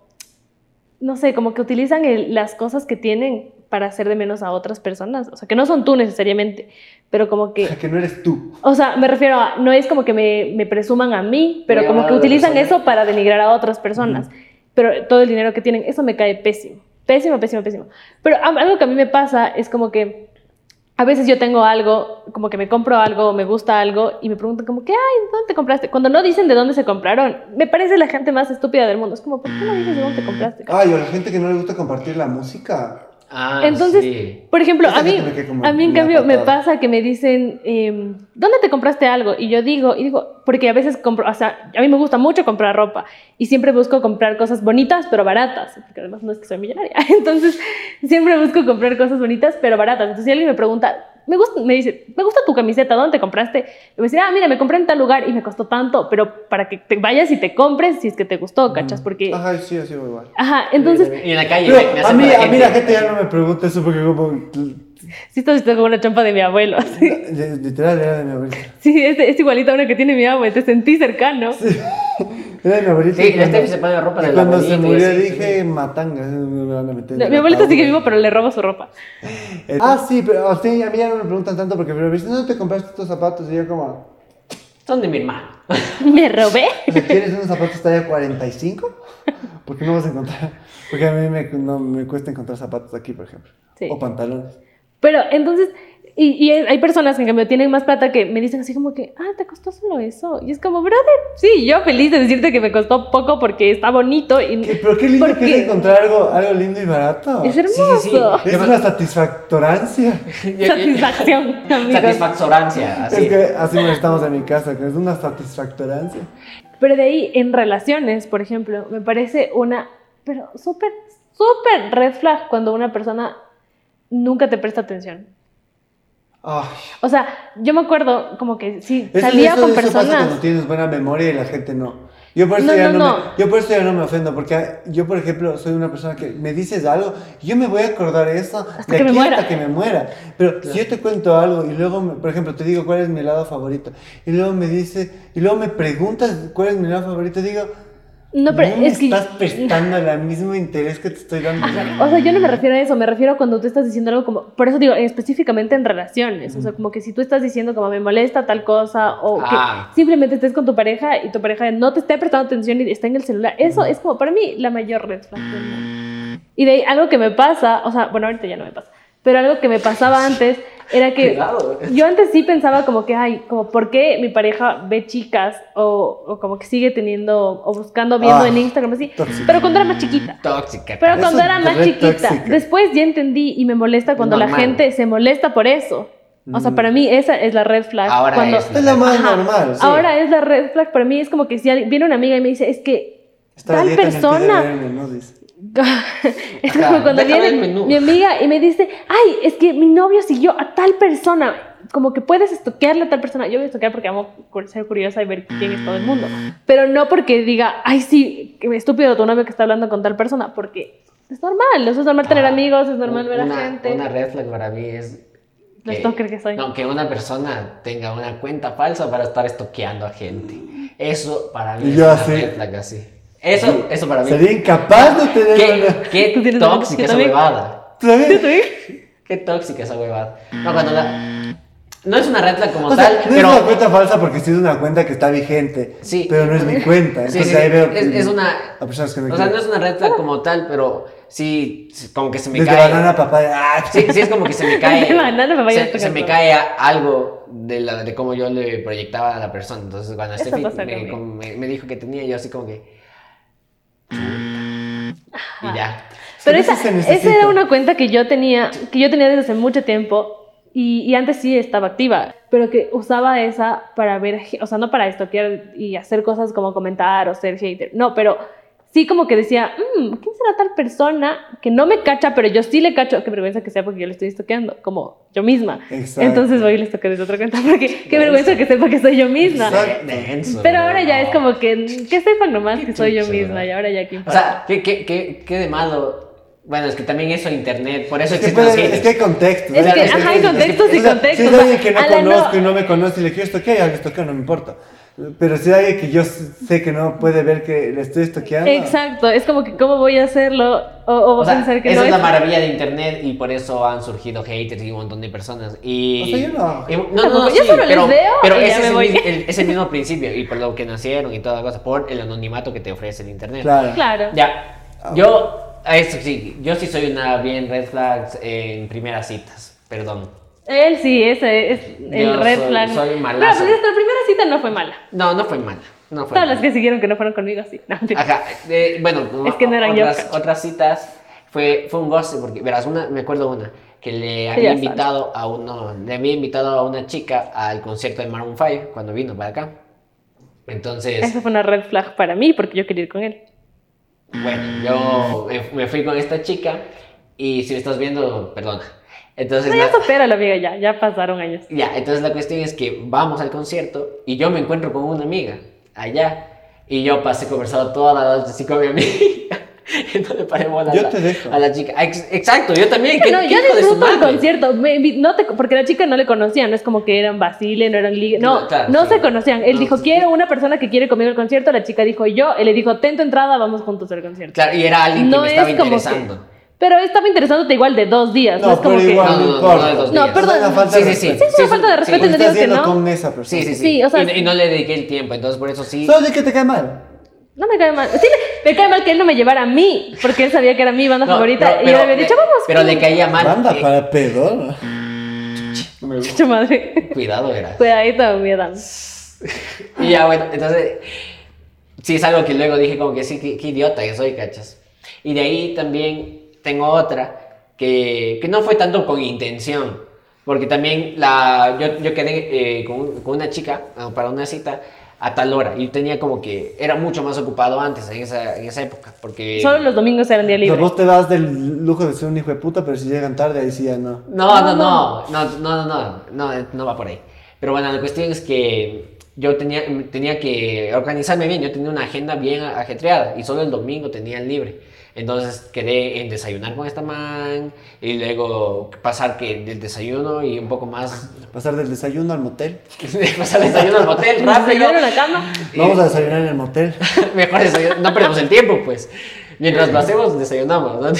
no sé, como que utilizan el- las cosas que tienen para hacer de menos a otras personas, o sea, que no son tú necesariamente, pero como que... O sea, que no eres tú. O sea, me refiero a, no es como que me, me presuman a mí, pero Voy a como hablar que de la utilizan persona. eso para denigrar a otras personas. Pero todo el dinero que tienen, eso me cae pésimo. Pésimo, pésimo, pésimo. Pero am- algo que a mí me pasa es como que a veces yo tengo algo, como que me compro algo, me gusta algo, y me preguntan como que, ay, ¿dónde te compraste? Cuando no dicen de dónde se compraron, me parece la gente más estúpida del mundo. Es como, ¿por qué no dices de dónde te compraste? Ay, o la gente que no le gusta compartir la música. Ah, Entonces, sí. por ejemplo, Esa a mí, gente me cae como a mí en la cambio me patada. pasa que me dicen, em, ¿dónde te compraste algo? Y yo digo, y digo, porque a veces compro, o sea, a mí me gusta mucho comprar ropa y siempre busco comprar cosas bonitas pero baratas, porque además no es que soy millonaria, entonces siempre busco comprar cosas bonitas pero baratas. Entonces si alguien me pregunta, me gusta, me dice, me gusta tu camiseta, ¿dónde te compraste? Le voy a decir, ah, mira, me compré en tal lugar y me costó tanto, pero para que te vayas y te compres si es que te gustó, ¿cachas? Porque, Mm. Ajá, sí, así voy igual. ajá, entonces Y en la calle Pero me, me a, hacen mí, para a mí la gente ya no me pregunta eso porque como... sí estás estás como una champa de mi abuelo. así. Li- Literal, era de mi abuelita. Sí, este, es, es igualita a una que tiene mi agua, te sentí cercano. Era de mi abuelita. Sí, y cuando- la Steffi se pone la ropa y de la Cuando se abuelita y murió así, dije, matanga, me van a meter en Mi el abuelito ataúd". sigue vivo, pero le robo su ropa. Eh, Ah, sí, pero a usted y a mí ya no me preguntan tanto porque pero me dicen, ¿no te compraste estos zapatos? Y yo como, Son de mi hermano. ¿Me robé? o sea, ¿quieres unos zapatos talla 45? Porque no vas a encontrar, porque a mí me, no, me cuesta encontrar zapatos aquí, por ejemplo. Sí. O pantalones. Pero entonces, y, y hay personas que en cambio tienen más plata que me dicen así como que, ah, te costó solo eso. Y es como, brother, sí, yo feliz de decirte que me costó poco porque está bonito y ¿Qué- pero qué lindo ¿Por que es qué? encontrar algo, algo lindo y barato. es Es, hermoso. Sí, sí, sí. una satisfactorancia. Satisfacción, amigos. Satisfactorancia, así. Es que así no estamos en mi casa, que es una satisfactorancia. Pero de ahí, en relaciones, por ejemplo, me parece una, pero súper, súper red flag cuando una persona nunca te presta atención. Ay. O sea, yo me acuerdo como que sí, Eso- salía eso- con eso pasa personas. cuando tienes buena memoria y la gente no. Yo por, eso No, ya no, no, no. Me, yo por eso ya no me ofendo, porque yo, por ejemplo, soy una persona que me dices algo, yo me voy a acordar eso de que me aquí muera. hasta que me muera. Pero si yo te cuento algo y luego, me- por ejemplo, te digo cuál es mi helado favorito, y luego me dice, y luego me preguntas cuál es mi helado favorito, digo, No, pero me es que- estás prestando el mismo interés que te estoy dando. O sea, yo no me refiero a eso, me refiero a cuando tú estás diciendo algo como, por eso digo, específicamente en relaciones, o sea, como que si tú estás diciendo como me molesta tal cosa o Ah. que simplemente estés con tu pareja y tu pareja no te esté prestando atención y está en el celular, eso es como para mí la mayor red flag del mundo. Y de ahí algo que me pasa, o sea, bueno, ahorita ya no me pasa, pero algo que me pasaba antes era que Cuidado. eh. yo antes sí pensaba como que, ay, como por qué mi pareja ve chicas o, o como que sigue teniendo o buscando, viendo Ah, en Instagram así, tóxico. pero cuando era más chiquita. Tóxica. Pero Eso cuando era es más re chiquita, tóxica. después ya entendí y me molesta cuando la Normal. gente se molesta por eso. O Mm. sea, para mí esa es la red flag. Ahora Cuando- es. Es lo más Ajá. normal. sí. Ahora es la red flag. Para mí es como que si alguien- viene una amiga y me dice, es que Esta tal dieta en el persona. TDRN, ¿no? Dice. es Ajá, como cuando déjame el viene menú. mi amiga y me dice, ay, es que mi novio siguió a tal persona. Como que puedes estoquearle a tal persona. Yo voy a estoquear porque amo cu- ser curiosa y ver quién es todo el mundo. Mm. Pero no porque diga, ay, sí, qué estúpido tu novio que está hablando con tal persona. Porque es normal. Eso es normal tener Ah, amigos, es normal ver una, a gente. Una red flag para mí es. Lo stalker que soy. No, que una persona tenga una cuenta falsa para estar estoqueando a gente. Eso para mí Y es yo una así. red flag así. Eso, eso para mí. Sería incapaz de tener Qué, una- qué Tú tienes una tóxica red esa también. huevada. ¿Tú sabes? Qué tóxica esa huevada. No, cuando la- No es una red flag como O sea, tal, no pero. es una cuenta falsa porque sí es una cuenta que está vigente. Sí. Pero no es mi cuenta. Sí, Entonces sí, sí. ahí veo. es, es una. A personas que me o sea, no es quieren. una red flag como tal, pero sí, sí, como que se me Desde cae. banana papaya. ¡ah! Sí, sí, es como que se me cae. Desde banana papaya se- hasta se me cartón. cae a- algo de, la, de cómo yo le proyectaba a la persona. Entonces, cuando Eso Steffi pasa me, conmigo. como me- me dijo que tenía, yo así como que. "Chuta". Y ya. Pero Sí, esa, se necesita. esa era una cuenta que yo tenía, que yo tenía desde hace mucho tiempo y, y antes sí estaba activa, pero que usaba esa para ver, ge- o sea, no para estoquear y hacer cosas como comentar o ser hater, no, pero sí como que decía, "Mm, ¿quién será tal persona que no me cacha, pero yo sí le cacho? Qué vergüenza que sea porque yo le estoy estoqueando, como yo misma. Exacto. Entonces voy y le estoqueo desde otra cuenta porque qué vergüenza que sepa que soy yo misma. Exacto. Denso, Pero bro. ahora ya es como que, que sepan nomás que soy yo chucha, misma bro. y ahora ya que O sea, ¿qué, qué, qué, qué de malo? Bueno, es que también eso en internet, por eso Es que, existen los puede- es haters. que hay contextos. Es ¿no? que, Es ajá, hay contextos y o sea, contextos. Si es alguien que no A la conozco no- y no me conoce y le quiero estoquear, ya le estoqueo, no me importa. Pero si es alguien que yo sé que no puede ver que le estoy estoqueando. Exacto, es como que cómo voy a hacerlo o, o O voy a sea, pensar que esa no es es. la maravilla de internet y por eso han surgido haters y un montón de personas. Y, O sea, yo no. y- no, no, Tampoco, no, yo sí, solo les pero, veo pero y ya ese me es el voy. mi- el, es el mismo principio y por lo que nacieron y toda la cosa, por el anonimato que te ofrece el internet. Claro. Ah, Claro. Ya, yo, a eso sí, yo sí soy una bien red flags en primeras citas, perdón. Él sí, ese es el Yo red soy- flag. soy Pero malazo. pues, nuestra primera cita no fue mala. No, no fue mala, no fue Todas mala. las que siguieron que no fueron conmigo, sí. No, mentira. Ajá, eh, bueno, Es que no eran yo, otras, cacho. otras citas fue, fue un goce, porque verás, una, me acuerdo una, que le había sabes. invitado a uno, le había invitado a una chica al concierto de Maroon 5 cuando vino para acá. Entonces, Esa fue una red flag para mí porque yo quería ir con él. bueno, yo me- me fui con esta chica y si me estás viendo, perdona. Entonces, No, ya la- supera la amiga, ya, ya pasaron años. Ya, entonces la cuestión es que vamos al concierto y yo me encuentro con una amiga allá y yo pasé conversando toda la noche así con mi amiga. y no le paré bola a Yo la- te dejo. A la chica. Ex- exacto, yo también. ¿qué- No, qué yo hijo de su disfruto el madre? concierto, me invi- no te- porque la chica no le conocía, no es como que eran Basile, no eran Ligue, no, No, claro, no sí. se conocían. Él No, dijo, sí. quiero una persona que quiere conmigo el concierto, la chica dijo yo, él le dijo, ten tu entrada, vamos juntos al concierto. Claro, y era alguien que me estaba interesando. que- pero estaba interesándote igual de dos días. No, No, es como pero que. igual No, no no, no, no, importa. no, no, No, perdón. Es una falta de Sí, sí, sí. respeto. Sí, es una falta de sí, respeto, sí, no Estás digo que yendo no. con esa persona. Sí, sí, sí. Sí, o sea, y, y no le dediqué el tiempo, entonces por eso sí. Solo de que te cae mal. No me cae mal. Sí, me, me cae mal que él no me llevara a mí, porque él sabía que era mi banda No, favorita. pero- y yo pero le había le- dicho, vamos. Pero le caía mal. Banda eh, para pedo. Chucha madre. Cuidado, verás. Cuidadito, mi Adam. Y ya, bueno, entonces, sí es algo que luego dije como que sí, qué, qué idiota que soy, cachas. Y de ahí también tengo otra que, que no fue tanto con intención, porque también la, yo, yo quedé eh, con, un- con una chica ah, para una cita a tal hora y tenía como que era mucho más ocupado antes en esa, en esa época, porque... Solo los domingos eran día O sea, libre. vos te das del lujo de ser un hijo de puta, pero si llegan tarde, ahí sí ya no. No, no, no, no, no, no, no, no, no va por ahí. Pero bueno, la cuestión es que yo tenía, tenía que organizarme bien, yo tenía una agenda bien ajetreada y solo el domingo tenía libre. Entonces quedé en desayunar con esta man y luego pasar que del desayuno y un poco más, Pasar del desayuno al motel. pasar el desayuno al hotel rápido. Desayuno en la cama. Vamos a desayunar en el motel. Mejor desayunar, no perdemos el tiempo, pues. Mientras lo hacemos, desayunamos, ¿no?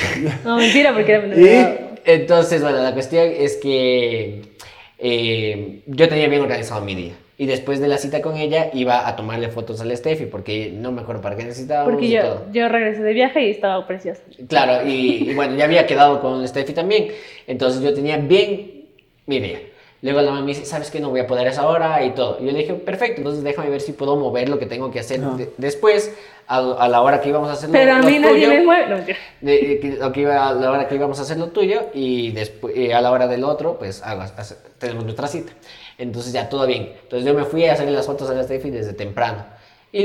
No, mentira, porque era Y- Entonces, bueno, la cuestión es que eh, yo tenía bien organizado mi día. Y después de la cita con ella, iba a tomarle fotos al Steffi, porque no me acuerdo para qué necesitábamos Porque y yo, todo. yo regresé de viaje y estaba preciosa. Claro, y, y bueno, ya había quedado con Steffi también. Entonces yo tenía bien mi idea. Luego la mamá me dice, ¿sabes qué? No voy a poder a esa hora y todo. Y yo le dije, perfecto, entonces déjame ver si puedo mover lo que tengo que hacer Ajá. de- después, a, a la hora que íbamos a hacer lo- Pero a lo mí nadie tuyo. me mueve. No, mentira. De- de que- lo que iba, a la hora que íbamos a hacer lo tuyo y después a la hora del otro, pues hagas- hace- tenemos nuestra cita. Entonces ya todo bien. Entonces yo me fui a hacer las fotos a la Steffi desde temprano. Y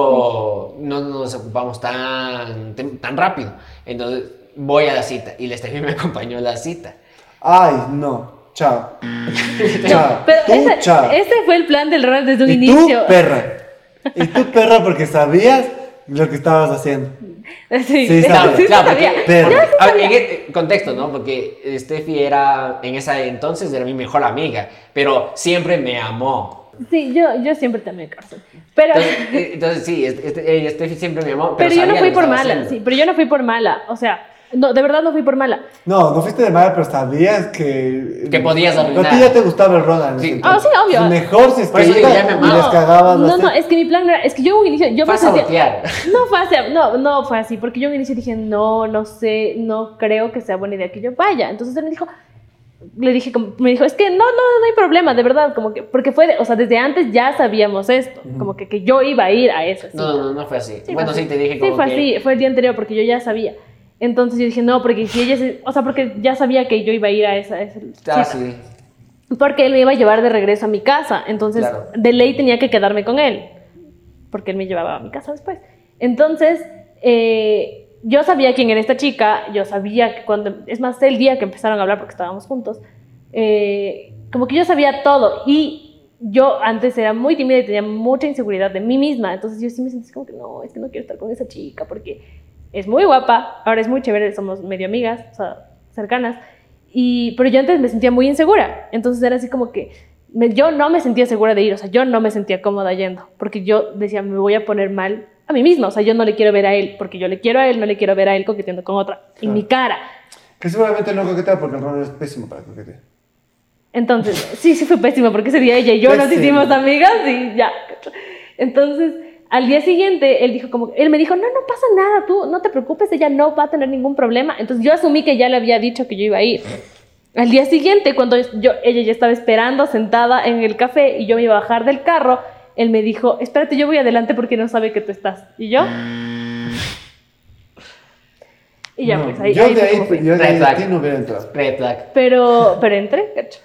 luego no nos ocupamos tan, tem- tan rápido. Entonces voy a la cita y la Steffi me acompañó a la cita. Ay, no. Chao. Chao. Pero Tú, ese, chao. ese fue el plan del rol desde un Y tú, inicio. perra. Y tú, perra, porque sabías lo que estabas haciendo. Sí, Sí, claro, sabía. sí, claro, sabía. porque- Pero- Yo sí Ah, sabía. en este contexto, ¿no? Porque Steffi era, en ese entonces, era mi mejor amiga, pero siempre me amó. Sí, yo, yo siempre te amé, Carson. Pero, Entonces, eh, entonces, sí, este, este- eh, Steffi siempre me amó. pero yo sabía no lo fui que por estaba mala, haciendo. sí, pero yo no fui por mala. O sea, no, de verdad no fui por mala. No, no fuiste de mala, pero sabías que. Que podías A arruinar. ti ya te gustaba el Roland. Sí. Ah, sí, obvio. Mejor si es Por que eso digo, ibas ya me y amaba. les cagabas. No, las- no, es que mi plan no era, es que yo en un inicio, yo me Vas a sentía- botear. No fue así, no, no fue así, porque yo en un inicio dije, no, no sé, no creo que sea buena idea que yo vaya. Entonces él me dijo, le dije, como- me dijo, es que no, no, no hay problema, de verdad, como que, porque fue, de- o sea, desde antes ya sabíamos esto, como que, que yo iba a ir a eso. así. No, no, no fue así. Sí, bueno, fue sí, así. te dije Sí, como fue que... así, fue el día anterior porque yo ya sabía. Entonces yo dije, no, porque si ella, se- o sea, porque ya sabía que yo iba a ir a esa, a esa cita. Ah, sí. Porque él me iba a llevar de regreso a mi casa, entonces Claro. de ley tenía que quedarme con él, porque él me llevaba a mi casa después. Entonces, eh, yo sabía quién era esta chica, yo sabía que cuando, es más, el día que empezaron a hablar, porque estábamos juntos, eh, como que yo sabía todo y yo antes era muy tímida y tenía mucha inseguridad de mí misma, entonces yo sí me sentí como que no, es que no quiero estar con esa chica porque es muy guapa, ahora es muy chévere, somos medio amigas, o sea, cercanas, y, pero yo antes me sentía muy insegura, entonces era así como que me- yo no me sentía segura de ir, o sea, yo no me sentía cómoda yendo, porque yo decía, me voy a poner mal a mí misma, o sea, yo no le quiero ver a él, porque yo le quiero a él, no le quiero ver a él coqueteando con otra, en Claro. mi cara. Que seguramente no coquetea porque el Roland es pésimo para coquetear. Entonces, sí, sí fue pésimo porque ese día ella y yo nos Pésimo. hicimos amigas y ya. Entonces, al día siguiente, él dijo como, él me dijo, no, no pasa nada, tú no te preocupes, ella no va a tener ningún problema. Entonces yo asumí que ya le había dicho que yo iba a ir. Al día siguiente, cuando yo, ella ya estaba esperando sentada en el café y yo me iba a bajar del carro, él me dijo, espérate, yo voy adelante porque no sabe que tú estás. Y yo... Y ya, No, pues ahí... yo ahí de fue como fue. ahí, yo de ahí Red a flag. ti no hubiera entrado. Red flag. Pero, pero entré, cacho.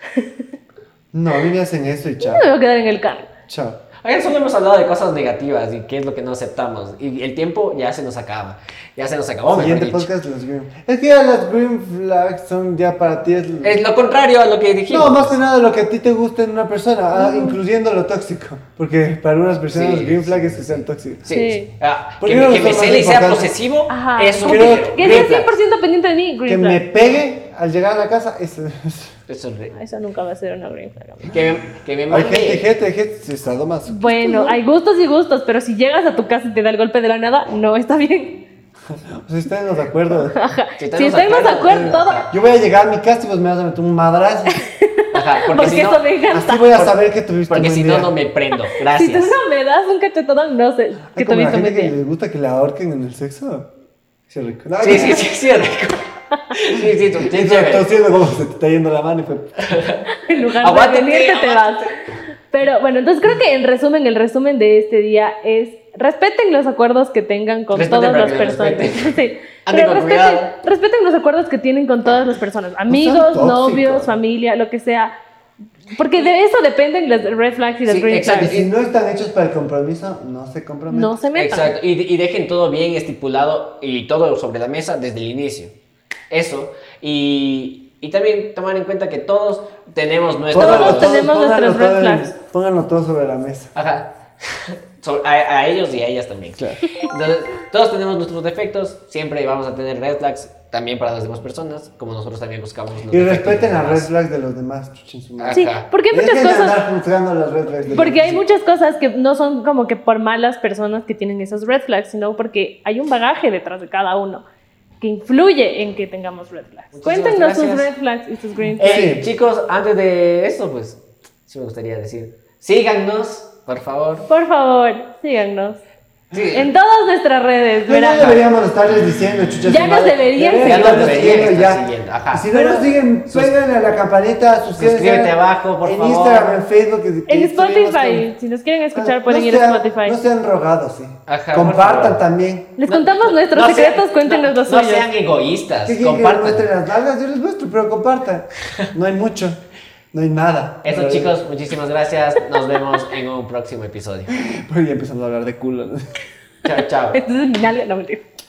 No, a mí me hacen eso y chao. No me voy a quedar en el carro. Chao. Oigan, solo hemos hablado de cosas negativas y qué es lo que no aceptamos. Y el tiempo ya se nos acaba. Ya se nos acabó, mejor Siguiente dicho. podcast, las green. Es que ya las green flags son ya para ti. Es... Es lo contrario a lo que dijimos. No, más que nada lo que a ti te gusta en una persona, ah, incluyendo lo tóxico. Porque para algunas personas Sí, los green sí, flag es que sean tóxicos. Sí. Sí. Ah, ¿Por que qué me, no que son me más cele y sea importantes? posesivo, Ajá. eso Como Creo- que, que Green sea flag. 100% pendiente de mí, Que green me flag. pegue al llegar a la casa, eso es. Eso es red. Eso nunca va a ser una green flag. amigo. Que me, que me Hay gente, mande. gente, gente, se sadomaso. Bueno, hay gustos y gustos, pero si llegas a tu casa y te da el golpe de la nada, no está bien. O sea, estén de acuerdo. Si Si estamos de acuerdo, todo. Yo voy a llegar a mi casa y vos me vas a meter un madrazo. Ajá, porque, Porque si no, eso me encanta. Así voy a saber que tuviste un porque buen si no, día. no me prendo. Si tú Gracias. no me das un cachetadón, no sé Hay que como la tuviste un gente buen que día. les gusta que la ahorquen en el sexo. Se rico. No, Sí, sí, sí, sí, es rico. Sí, sí, tú, sí, Estoy chévere. tosiendo como se te está yendo la mano y fue. En lugar de Aguántate, venirte, te vas. Pero bueno, entonces creo que en resumen, el resumen de este día es respeten los acuerdos que tengan con Respeten todas para las que los personas. respeten. Sí. Anden Pero con respeten, cuidado. respeten los acuerdos que tienen con todas las personas, amigos, tóxicos. novios, familia, lo que sea. Porque de eso dependen las red flags y las Sí, green exacto. Y flags. si no están hechos para el compromiso, no se comprometen. No se metan. Exacto, y, y dejen todo bien estipulado y todo sobre la mesa desde el inicio. Eso, y Y también tomar en cuenta que todos tenemos nuestros... Todos tenemos nuestras red flags. Pónganlo todo sobre la mesa. Ajá. So- a, a ellos y a ellas también. Claro. Entonces, todos tenemos nuestros defectos, siempre vamos a tener red flags también para las demás personas, como nosotros también buscamos los Y defectos respeten de los las red demás. flags de los demás, chuchen su madre. Sí, Ajá. porque hay muchas Dejen de cosas. andar juzgando las red flags de los Porque hay demás. muchas cosas que no son como que por malas personas que tienen esas red flags, sino porque hay un bagaje detrás de cada uno que influye en que tengamos red flags. Muchísimas Cuéntenos sus gracias. red flags y sus green flags. Eh, Sí. Chicos, antes de eso, pues, sí me gustaría decir, síganos, por favor. Por favor, síganos Sí. en todas nuestras redes. Pero no Verán. deberíamos estarles diciendo, chucha Ya su nos madre. Deberían deberían seguir. Ya nos estarnos deberían siguiendo estar ya. siguiendo, ajá. Y Si no nos siguen, pégale a la campanita, suscríbete. Suscríbete abajo, por en favor. Instagram, en Facebook. En que subimos Spotify, con- si nos quieren escuchar Ah, pueden no ir a sean- Spotify. No sean rogados, sí. Ajá, por Compartan favor. también. Les contamos nuestros No sean- secretos, cuéntenos no- los No suyos. sean egoístas, ¿Qué quieren que les muestre compartan. las nalgas? Yo les muestro, pero compartan. No hay mucho. No hay nada. Eso, Pero- chicos, muchísimas gracias. Nos vemos en un próximo episodio. Pero ya empezamos a hablar de culo. ¿no? Chao, chao. Entonces, mi nalga, no mentira.